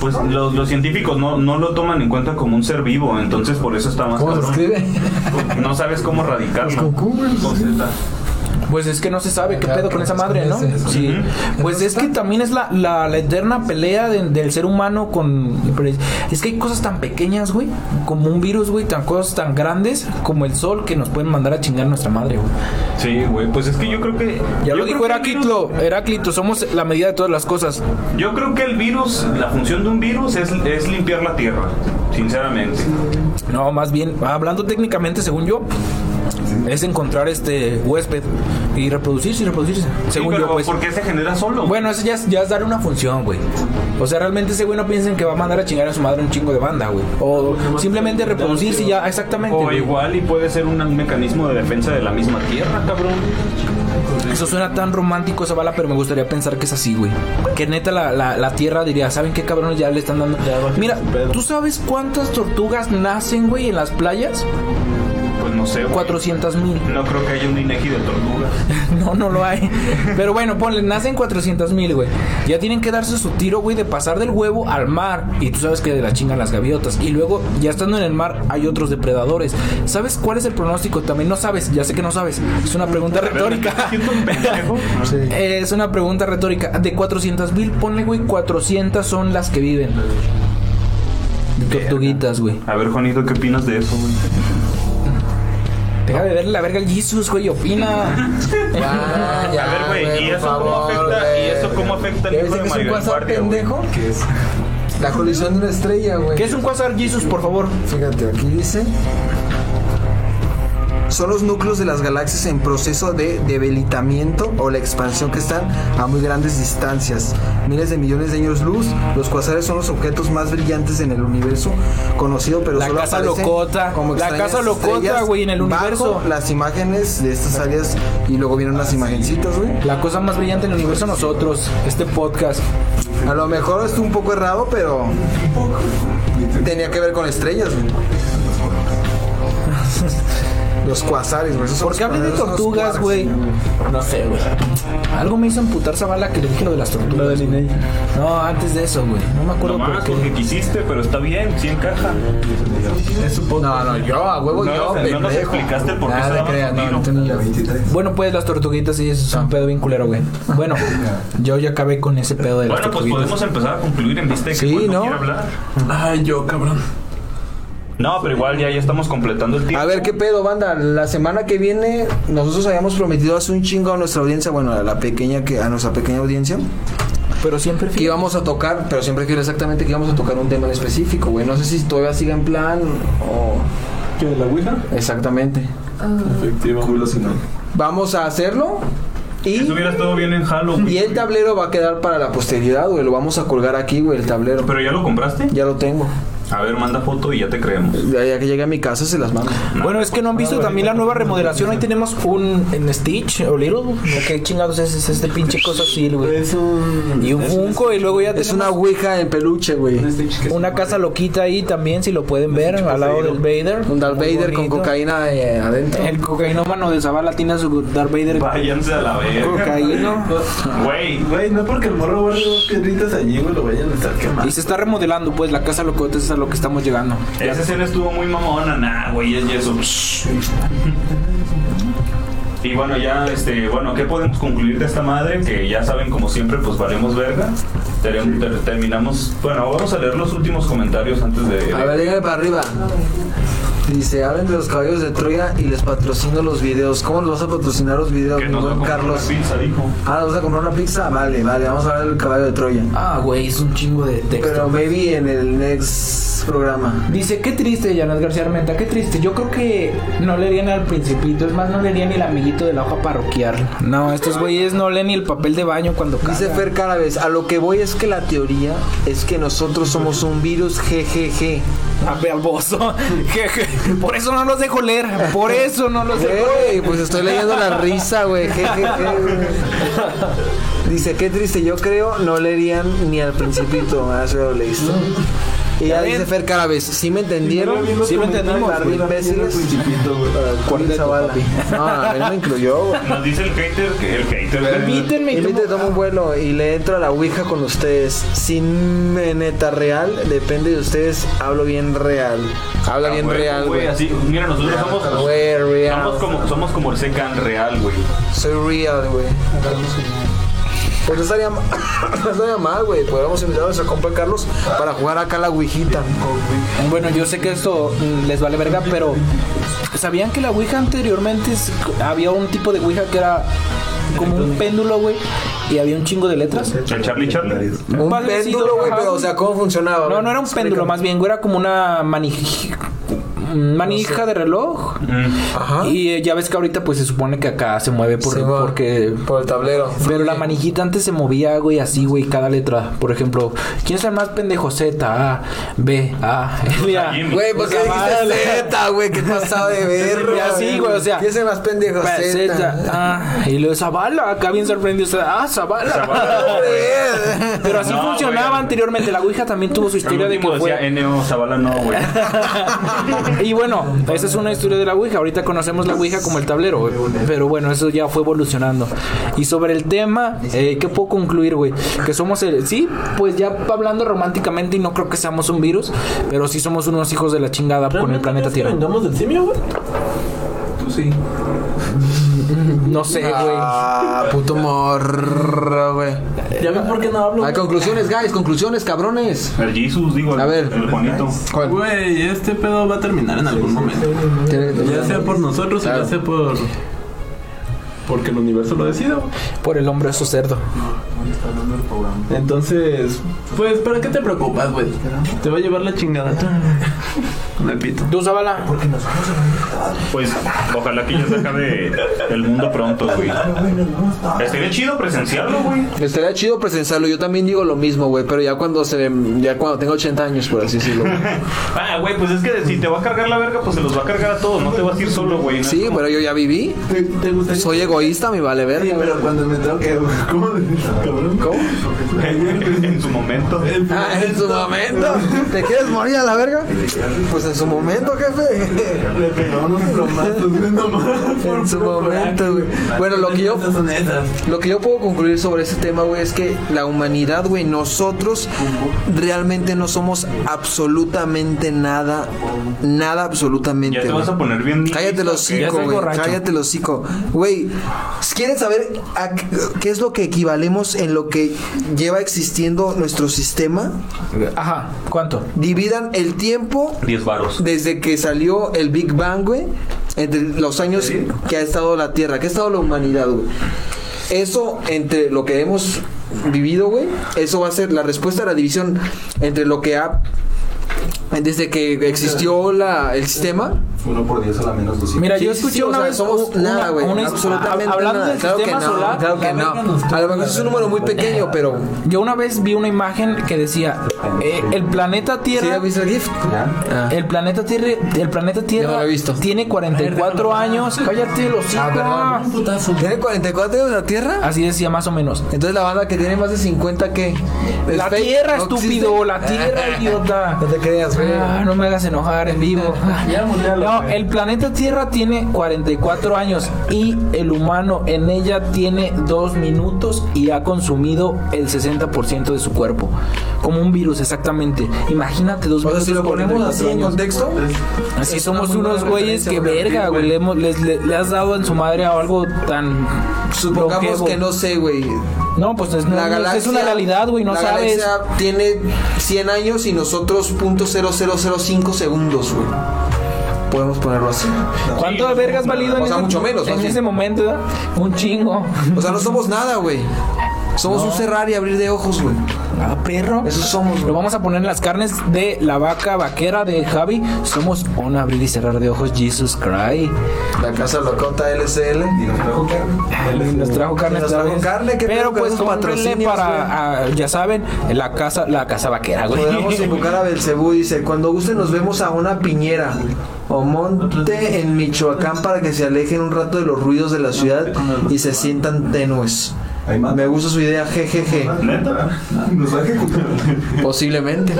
S2: pues los, los científicos no, no lo toman en cuenta como un ser vivo, entonces por eso está más
S3: ¿Cómo se
S2: cabrón.
S3: escribe?
S2: No sabes cómo radicarlo. Con Z.
S5: Pues es que no se sabe qué pedo pues, con esa madre, ¿no? Sí. Pues es que también es la, la, la eterna pelea de- del ser humano con... pero es- Es que hay cosas tan pequeñas, güey, como un virus, güey, tan cosas tan grandes como el sol que nos pueden mandar a chingar nuestra madre, güey.
S2: Sí, güey, pues es que yo creo que
S5: Ya
S2: yo creo
S5: lo dijo
S2: que el virus-
S5: Heráclito, Heráclito, somos la medida de todas las cosas.
S2: Yo creo que el virus, la función de un virus es, es limpiar la tierra, sinceramente.
S5: No, más bien, hablando técnicamente, según yo, es encontrar este huésped y reproducirse y reproducirse.
S2: Sí,
S5: Según
S2: pero
S5: yo, pues...
S2: ¿por qué se genera solo?
S5: Bueno, eso ya es, ya es dar una función, güey. O sea, realmente ese güey no piensen que va a mandar a chingar a su madre un chingo de banda, güey. O simplemente reproducirse y ya, exactamente.
S2: o
S5: güey.
S2: igual y puede ser un mecanismo de defensa de la misma tierra, cabrón.
S5: Eso suena tan romántico esa bala, pero me gustaría pensar que es así, güey. Que neta la, la- la tierra diría, ¿saben qué cabrones ya le están dando? Mira, ¿tú sabes cuántas tortugas nacen, güey, en las playas?
S2: Pues no sé. güey.
S5: 400 mil.
S2: No creo que haya un inegi de tortugas.
S5: No, no lo hay. Pero bueno, ponle, nacen 400 mil, güey. Ya tienen que darse su tiro, güey, de pasar del huevo al mar. Y tú sabes que de la chingan las gaviotas. Y luego, ya estando en el mar, hay otros depredadores. ¿Sabes cuál es el pronóstico? También no sabes, ya sé que no sabes. Es una pregunta retórica.
S2: Siento un pendejo.
S5: Eh, Es una pregunta retórica. De 400 mil, ponle, güey, 400 son las que viven. De tortuguitas, güey.
S2: A ver, Juanito, ¿qué opinas de eso, güey?
S5: Deja de ver la verga el Jesus, güey, opina.
S3: Ya, ya,
S2: A ver, güey, ¿y
S3: por
S2: eso cómo
S3: favor,
S2: afecta-
S3: güey.
S2: y eso cómo afecta al
S3: ¿Ya
S2: hijo
S3: viste
S2: de
S3: que es un
S2: Maribel
S3: quasar
S2: Guardia, güey?
S3: pendejo? ¿Qué es? La colisión de una estrella, güey.
S5: ¿Qué es un quasar Jesus, por favor?
S3: Fíjate, aquí dice. son los núcleos de las galaxias en proceso de debilitamiento o la expansión que están a muy grandes distancias, miles de millones de años luz. Los cuasares son los objetos más brillantes en el universo conocido, pero
S5: La
S3: solo
S5: casa
S3: aparecen
S5: locota.
S3: como
S5: La
S3: extrañas
S5: casa locota,
S3: estrellas
S5: güey, en el
S3: bajo
S5: universo.
S3: las imágenes de estas áreas y luego vienen unas imagencitas, güey.
S5: La cosa más brillante del universo nosotros, este podcast.
S3: A lo mejor estuvo un poco errado, pero tenía que ver con estrellas, güey. Los cuasares, güey. esos son
S5: ¿Por qué
S3: los
S5: hablé de
S3: primeros, unos
S5: tortugas,
S3: cuares.
S5: güey? No sé, güey. Algo me hizo amputar esa bala que le dije lo de las tortugas. güey. No, antes de eso, güey. No me acuerdo
S2: Nomás
S5: por qué.
S2: porque quisiste, pero está bien, sí encaja.
S3: No, no, yo, a huevo
S2: No,
S3: yo,
S2: o sea, no nos
S3: pendejo.
S2: explicaste el por qué
S3: Nada
S2: se daban
S3: creas,
S2: un
S3: no,
S2: tiro.
S3: no tenía idea.
S5: Bueno, pues las tortuguitas sí es un pedo bien culero, güey. Bueno, yo ya acabé con ese pedo de las
S2: Bueno, pues
S5: tortuguitas.
S2: podemos empezar a concluir en vista de que
S3: Sí,
S2: Juan no,
S3: ¿no?
S2: quiere hablar.
S4: Ay, yo, cabrón.
S2: No, pero igual ya, ya estamos completando el tiempo.
S3: A ver, ¿qué pedo, banda? La semana que viene, nosotros habíamos prometido hace un chingo a nuestra audiencia, bueno, a la pequeña que, a nuestra pequeña audiencia,
S5: Pero siempre
S3: que íbamos a tocar, pero siempre quiero exactamente que íbamos a tocar un tema en específico, güey. No sé si todavía sigue en plan o...
S4: ¿Qué? ¿La Ouija?
S3: Exactamente.
S4: Efectivo.
S8: Culo sin nombre.
S3: Vamos a hacerlo y...
S2: Eso hubiera estado bien en Halloween.
S3: Y el tablero va a quedar para la posteridad, güey. Lo vamos a colgar aquí, güey, el tablero.
S2: ¿Pero ya lo compraste?
S3: Ya lo tengo.
S2: A ver, manda foto y ya te creemos.
S3: Ya, ya que llegue a mi casa se las mando.
S5: Bueno, es que no han visto también la nueva remodelación. Ahí tenemos un en Stitch o Little. ¿no? ¿Qué chingados es, es este pinche cosa así, güey?
S6: Es un.
S5: Y un Funko y luego ya
S3: Es una
S5: tenemos
S3: ouija en peluche, güey.
S5: una casa loquita ahí también, si lo pueden ver, al lado del Vader.
S3: Un Darth
S5: Muy
S3: Vader con
S5: bonito.
S3: cocaína eh, adentro.
S5: El cocainómano de Zavala tiene a su Darth Vader
S2: Váyanse a la verga.
S5: cocaína.
S2: Güey,
S6: Güey, no porque el morro guarde dos piedritas allí, güey, lo vayan a estar
S5: Y
S6: quemando.
S5: se está remodelando, pues, la casa locota es a lo que estamos llegando.
S2: esa escena estuvo muy mamona. Nah, güey, es yeso. Y bueno, ya, este, bueno, ¿qué podemos concluir de esta madre? Que ya saben, como siempre, pues valemos verga. Terem- ter- terminamos. Bueno, vamos a leer los últimos comentarios antes de.
S3: A ver, díganme para arriba. Dice, hablen de los caballos de Troya y les patrocino los videos. ¿Cómo nos vas a patrocinar los videos,
S2: que
S3: mi
S2: nos va a
S3: buen
S2: comprar una
S3: Carlos?
S2: pizza, dijo.
S3: Ah, ¿nos vas a comprar una pizza? Vale, vale, vamos a hablar del caballo de Troya.
S5: Ah, güey, es un chingo de texto.
S3: Pero maybe en el next programa.
S5: Dice, qué triste, Llanas García Armenta, qué triste. Yo creo que no le harían al principito, es más, no le harían ni el amiguito de la hoja parroquial. No, estos güeyes no leen ni el papel de baño cuando
S3: Dice Fer Cárabes, a lo que voy es que la teoría es que nosotros somos un virus GGG.
S5: Alboso, jeje. Por eso no los dejo leer, por eso no los dejo leer.
S3: Güey, pues estoy leyendo la risa, güey. GGG, güey. Dice, qué triste, yo creo no leerían ni al principito. Ah, eso ya lo leíste. Y ya dice Fer Cárabes, ¿sí me entendieron?
S5: Sí lo entendimos,
S3: Par de imbéciles. Cuarta bala. No, a mí no me incluyó, güey.
S2: Nos dice el hater que el hater. Ah,
S5: Invítenme y
S3: Invite,
S5: tomo-
S3: tomo un vuelo y le entro a la Ouija con ustedes. Sin meneta real, depende de ustedes. Hablo bien real. Habla bien
S2: Ah, Güey,
S3: real,
S2: güey.
S3: güey.
S2: Así, mira, nosotros somos.
S3: Güey, real.
S2: Somos como, somos como el Secan real, güey.
S3: Soy real, güey. Pues no estaría, ma- no estaría mal, güey. Podríamos invitar a nuestro compa Carlos para jugar acá la Ouijita.
S5: Bueno, yo sé que esto mm, les vale verga, pero ¿sabían que la Ouija anteriormente es- había un tipo de Ouija que era como un péndulo, güey? Y había un chingo de letras.
S2: El Charlie Charlie.
S3: Un
S5: padrecito,
S3: péndulo, güey,
S5: ajá.
S3: pero o sea, ¿cómo funcionaba?
S5: No,
S3: güey?
S5: no era un péndulo, más bien, güey, era como una manij- manija de reloj.
S2: Mm.
S3: Ajá.
S5: Y eh, ya ves que ahorita pues se supone que acá se mueve por,
S3: Sí, va.
S5: porque...
S3: Por el tablero.
S5: Pero la manijita antes se movía, güey, así, güey, cada letra. Por ejemplo, ¿quién es el más pendejo? Z, A, B, A, L, A.
S2: Jimmy.
S3: Güey, ¿por qué dijiste
S5: Vale.
S3: Z, güey? ¿Qué pasado de ver?
S5: Ya sí, güey, o sea.
S3: ¿Quién es el más pendejo?
S5: Pa-
S3: Z.
S5: Z, ah, y luego Zavala, acá bien sorprendido. o sea, Ah, Zavala. Pero así
S2: No,
S5: funcionaba
S2: güey.
S5: anteriormente. La Ouija también tuvo su
S2: El
S5: historia de
S2: último
S5: que
S2: decía
S5: fue.
S2: N.O. Zavala, no, güey.
S5: Y bueno, esa es una historia de la Ouija. Ahorita conocemos la Ouija como el tablero, güey. Pero bueno, eso ya fue evolucionando. Y sobre el tema, eh, ¿qué puedo concluir, güey? Que somos el. Sí, pues ya hablando románticamente, y no creo que seamos un virus, pero sí somos unos hijos de la chingada con el planeta Tierra.
S4: ¿Vendamos del simio, güey?
S6: Tú sí.
S5: No sé, güey.
S3: Ah, puto morro, güey.
S4: Ya ves por qué no hablo.
S3: Hay conclusiones, guys, conclusiones, cabrones.
S2: El Jesus, digo, el,
S3: A ver.
S2: el Juanito.
S3: ¿Cuál?
S4: Güey, este pedo va a terminar en algún momento.
S3: Tiene que
S4: Ya sea por nosotros o ya sea por. Porque el universo lo decide. güey.
S5: Por el hombre eso cerdo.
S4: Entonces, pues, ¿para qué te preocupas, güey? Te va a llevar la chingada.
S6: con el pito.
S5: Tú, Zavala.
S2: Pues ojalá que ya se acabe el mundo pronto, güey. Estaría chido presenciarlo, güey.
S3: Estaría chido presenciarlo. Yo también digo lo mismo, güey. Pero ya cuando se. Ya cuando tenga 80 años, por así decirlo.
S2: Ah, güey, pues es que si te va a cargar la verga, pues se los va a cargar a todos. No te vas a ir solo, güey. ¿no?
S3: Sí, pero yo ya viví.
S8: ¿Te, te gustaría?
S3: Soy egoísta, me vale
S8: Sí,
S3: verga. güey.
S8: pero cuando me toque, ¿cómo? Cabrón, ¿cómo?
S2: en su momento.
S3: Ah, en su momento. ¿Te quieres morir a la verga? Pues en su momento, jefe.
S8: Le pegó unos plomazos, güey, nomás.
S3: En su momento, güey. Bueno, lo que yo. Lo que yo puedo concluir sobre este tema, güey, es que la humanidad, güey, nosotros realmente no somos absolutamente nada. Nada absolutamente.
S2: Ya te
S3: güey.
S2: vas a poner bien.
S3: Cállate los
S5: Ya
S3: hocico,
S5: soy
S3: güey.
S5: borracho.
S3: Cállate los hocico. Güey, ¿quieren saber a qué- qué es lo que equivalemos en lo que lleva existiendo nuestro sistema?
S5: Ajá. ¿Cuánto?
S3: Dividan el tiempo
S2: 10 varos.
S3: desde que salió el Big Bang, güey, entre los años que ha estado la Tierra, que ha estado la humanidad, güey. Eso entre lo que hemos vivido, güey, eso va a ser la respuesta a la división entre lo que ha desde que existió la, el sistema.
S8: Uno por diez a la menos 200.
S5: Mira,
S3: Sí,
S5: yo
S3: sí,
S5: escuché
S3: sí, o
S5: una
S3: sea,
S5: vez
S3: somos
S5: una-
S3: nada, güey,
S5: una-
S3: absolutamente
S5: hablando
S3: nada.
S5: del
S3: claro
S5: sistema
S3: que no,
S5: solar,
S3: claro que
S5: la
S3: no.
S5: verga nos
S3: A lo mejor es un número muy pequeño, pero
S5: Yo una vez vi una imagen que decía eh, el planeta
S3: ¿sí
S5: Tierra
S3: has visto el GIF? Ah.
S5: El planeta Tierra, el planeta Tierra
S3: Yo no lo he visto.
S5: tiene 44 años. Cállate los
S3: Ah,
S5: hijos.
S3: ¿Tiene 44 años la Tierra?
S5: Así decía más o menos.
S3: Entonces la banda que tiene más de 50 que
S5: La Tierra, estúpido, la Tierra,
S3: Ah.
S5: idiota.
S3: No te creas, güey.
S5: Ah, no me hagas enojar en vivo. No, el planeta Tierra tiene 44 años y el humano en ella tiene 2 minutos y ha consumido el 60% de su cuerpo. Como un virus, exactamente. Imagínate, 2
S3: O sea,
S5: minutos.
S3: si lo ponemos
S5: 44
S3: así en
S5: años.
S3: contexto,
S5: Así
S3: es una
S5: somos
S3: muy
S5: unos
S3: buena
S5: güeyes que
S3: referencia,
S5: verga, güey. Le, hemos- les- le- le has dado en su madre a algo tan.
S3: supongamos
S5: longevo.
S3: que no sé, güey.
S5: No, pues es, no-
S3: La
S5: no-
S3: galaxia
S5: es una realidad, güey. No
S3: la
S5: sabes.
S3: galaxia tiene 100 años y nosotros .0005 segundos, güey. Podemos ponerlo así.
S5: ¿Cuánto de vergas valido en,
S3: O sea,
S5: ese-
S3: mucho menos,
S5: en
S3: ¿no?
S5: ese momento? ¿verdad? Un chingo.
S3: O sea, no somos nada, güey. Somos un cerrar y abrir de ojos, güey.
S5: Ah, perro.
S3: Eso somos,
S5: Lo
S3: güey.
S5: vamos a poner en las carnes de la vaca vaquera de Javi. Somos un abrir y cerrar de ojos, Jesus Christ.
S3: La casa locota LCL.
S5: Y Nos trajo carne.
S3: Nos
S5: otra
S3: trajo
S5: vez.
S3: carne, ¿qué pedo
S5: Pero
S3: con
S5: pues
S3: esos
S5: cómprenle
S3: patrocinios,
S5: para, ah, ya saben, la casa, la casa vaquera, güey.
S3: Podríamos invocar a Belcebú, dice, cuando guste nos vemos a una piñera o monte en Michoacán para que se alejen un rato de los ruidos de la ciudad y se sientan tenues. Me gusta su idea, jejeje.
S2: ¿Neta?
S8: Nos va a ejecutar.
S3: Posiblemente.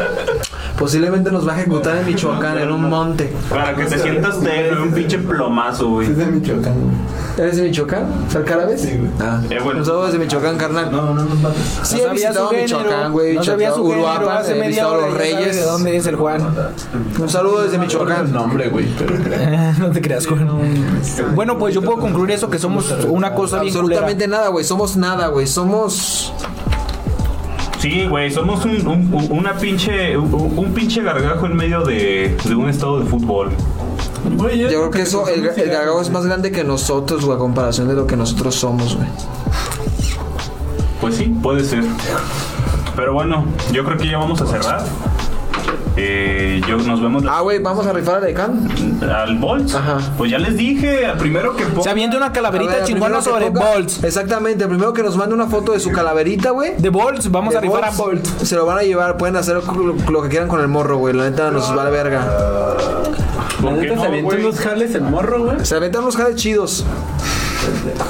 S3: Posiblemente nos va a ejecutar en Michoacán, en un monte.
S2: Para que te sientas de un pinche plomazo, güey.
S8: Es de Michoacán.
S3: ¿Eres de Michoacán? ¿Ser vez? Ah,
S2: Eh, bueno.
S3: Nosotros de Michoacán, carnal.
S8: No, no nos mates.
S3: Sí,
S5: No
S3: he
S5: sabía
S3: visitado
S5: su género,
S3: Michoacán, güey.
S5: no sabía
S3: Michoacán,
S5: su género,
S3: Uruapan,
S5: hace
S3: he
S5: media
S3: visitado
S5: hora
S3: Los
S5: ya sabe
S3: Reyes.
S5: ¿De dónde es el Juan?
S3: Un saludo desde Michoacán.
S4: Nombre, güey, pero
S5: no te creas, Juan. Bueno, pues yo puedo concluir eso, que somos una cosa bien culera.
S3: Absolutamente nada, güey. Somos nada, güey. Somos...
S2: Sí, güey, somos un, un- un- una pinche, un, un pinche gargajo en medio de, de un estado de fútbol.
S4: Güey,
S3: Yo creo que eso, el, el gargajo es más grande que nosotros, güey, a comparación de lo que nosotros somos, güey.
S2: Pues sí, puede ser. Pero bueno, yo creo que ya vamos a cerrar. Eh, yo, nos vemos la-
S3: Ah, güey, vamos a rifar a Decán.
S2: al Bolts.
S3: Ajá.
S2: Pues ya les dije, al primero que ponga.
S5: Se avienta una
S3: A ver,
S5: calaverita
S3: el
S5: chingona
S3: primero que
S5: sobre
S3: ponga-
S5: Bolts.
S3: Exactamente, el primero que nos mande una foto de su calaverita, güey.
S5: De Bolts, vamos a
S3: de
S5: rifar a
S3: Bolt,
S5: Bolts.
S3: Se lo van a llevar, pueden hacer lo, lo que quieran con el morro, güey. La neta nos va la verga.
S2: ¿Por qué no,
S4: se avienta
S2: güey?
S4: unos jales el morro, güey.
S3: Se aventan unos jales chidos.
S8: Ah,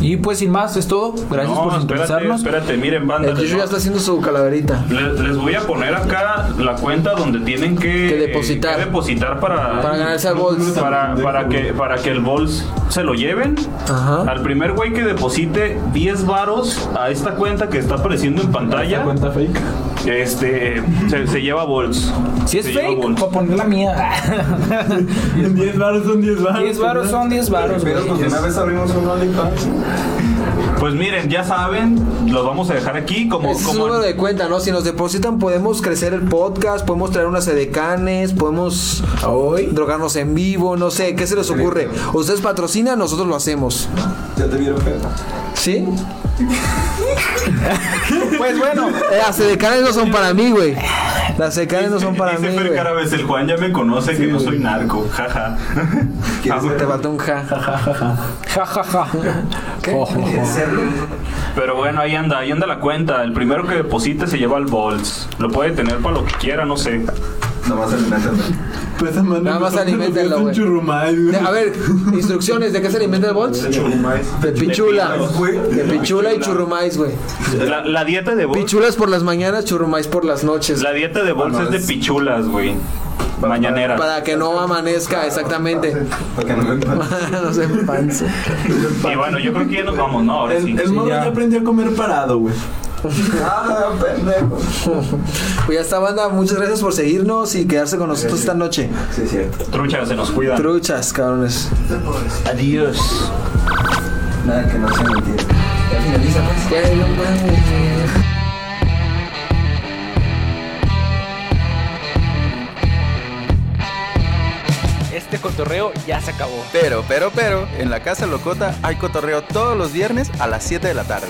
S5: Y pues sin más, es todo.
S2: No,
S5: Gracias por
S2: espérate,
S5: sintonizarnos.
S2: espérate, miren, banda.
S3: El Chucho ya está haciendo su calaverita.
S2: Le- Les, voy a poner acá la cuenta donde tienen que, eh,
S3: Que depositar.
S2: que depositar para,
S3: Para ganarse al Bolts.
S2: para, para que, para que el Bols se lo lleven.
S3: Ajá.
S2: Al primer güey que deposite 10 varos a esta cuenta que está apareciendo en pantalla,
S4: Cuenta fake.
S2: este se, se lleva Bols.
S5: Si es
S2: Se lleva
S5: fake,
S2: Bols.
S5: voy a poner la mía.
S4: 10 baros son 10 baros.
S5: 10 varos son 10 varos, güey.
S8: Pero pues de una vez abrimos un OnlyFans.
S2: Pues miren, ya saben, los vamos a dejar aquí como,
S3: Ese es el
S2: como
S3: número de cuenta, ¿no? Si nos depositan, podemos crecer el podcast, podemos traer unas edecanes, podemos drogarnos en vivo, no sé, ¿qué se les ocurre? Ustedes patrocinan, nosotros lo hacemos.
S8: Ya te vieron feo.
S3: ¿Sí? Pues
S5: Pues bueno,
S3: Eh, las edecanes no son para mí, güey. Las secales no son para mí,
S2: Dice Fer
S3: güey.
S2: Carabes, el Juan ya me conoce que no soy narco, jaja. Ah, güey.
S3: Te faltó un ja.
S5: Ja, ja, ja.
S3: ¿Qué?
S5: Ojo.
S2: Pero bueno, ahí anda, ahí anda la cuenta. El primero que deposite se lleva al Bols. Lo puede tener para lo que quiera, no sé.
S8: Nomás alimentan.
S4: Pues esa mano
S3: Nada
S4: me
S3: más
S4: falta
S3: aliméntalo,
S4: un
S3: güey.
S4: churrumay, güey.
S3: De- A ver, instrucciones, ¿de qué se alimenta el bots? De pichula. De pichula y churrumais, güey.
S2: La, la dieta de Bols.
S3: Pichulas por las mañanas, churrumais por las noches.
S2: La dieta de Bols es de pichulas, güey. Mañanera.
S3: Para que no amanezca, exactamente.
S8: Para que no me pase.
S3: no se panza.
S2: Y bueno, yo creo que ya nos vamos, ¿no? Ahora sí.
S4: El, el morro
S5: ya.
S4: ya aprendió a comer parado, güey.
S8: Ah, pendejo.
S3: Pues ya está, banda. Muchas gracias por seguirnos y quedarse con nosotros esta noche.
S8: Sí, es cierto.
S2: Trucha, se nos cuida.
S3: Truchas, cabrones.
S5: Adiós.
S8: Nada que no sea mentira. Ya finaliza, pues.
S3: Güey, no mames.
S5: Este cotorreo ya se acabó.
S9: Pero, pero, pero, en la Casa Locota hay cotorreo todos los viernes a las 7 de la tarde.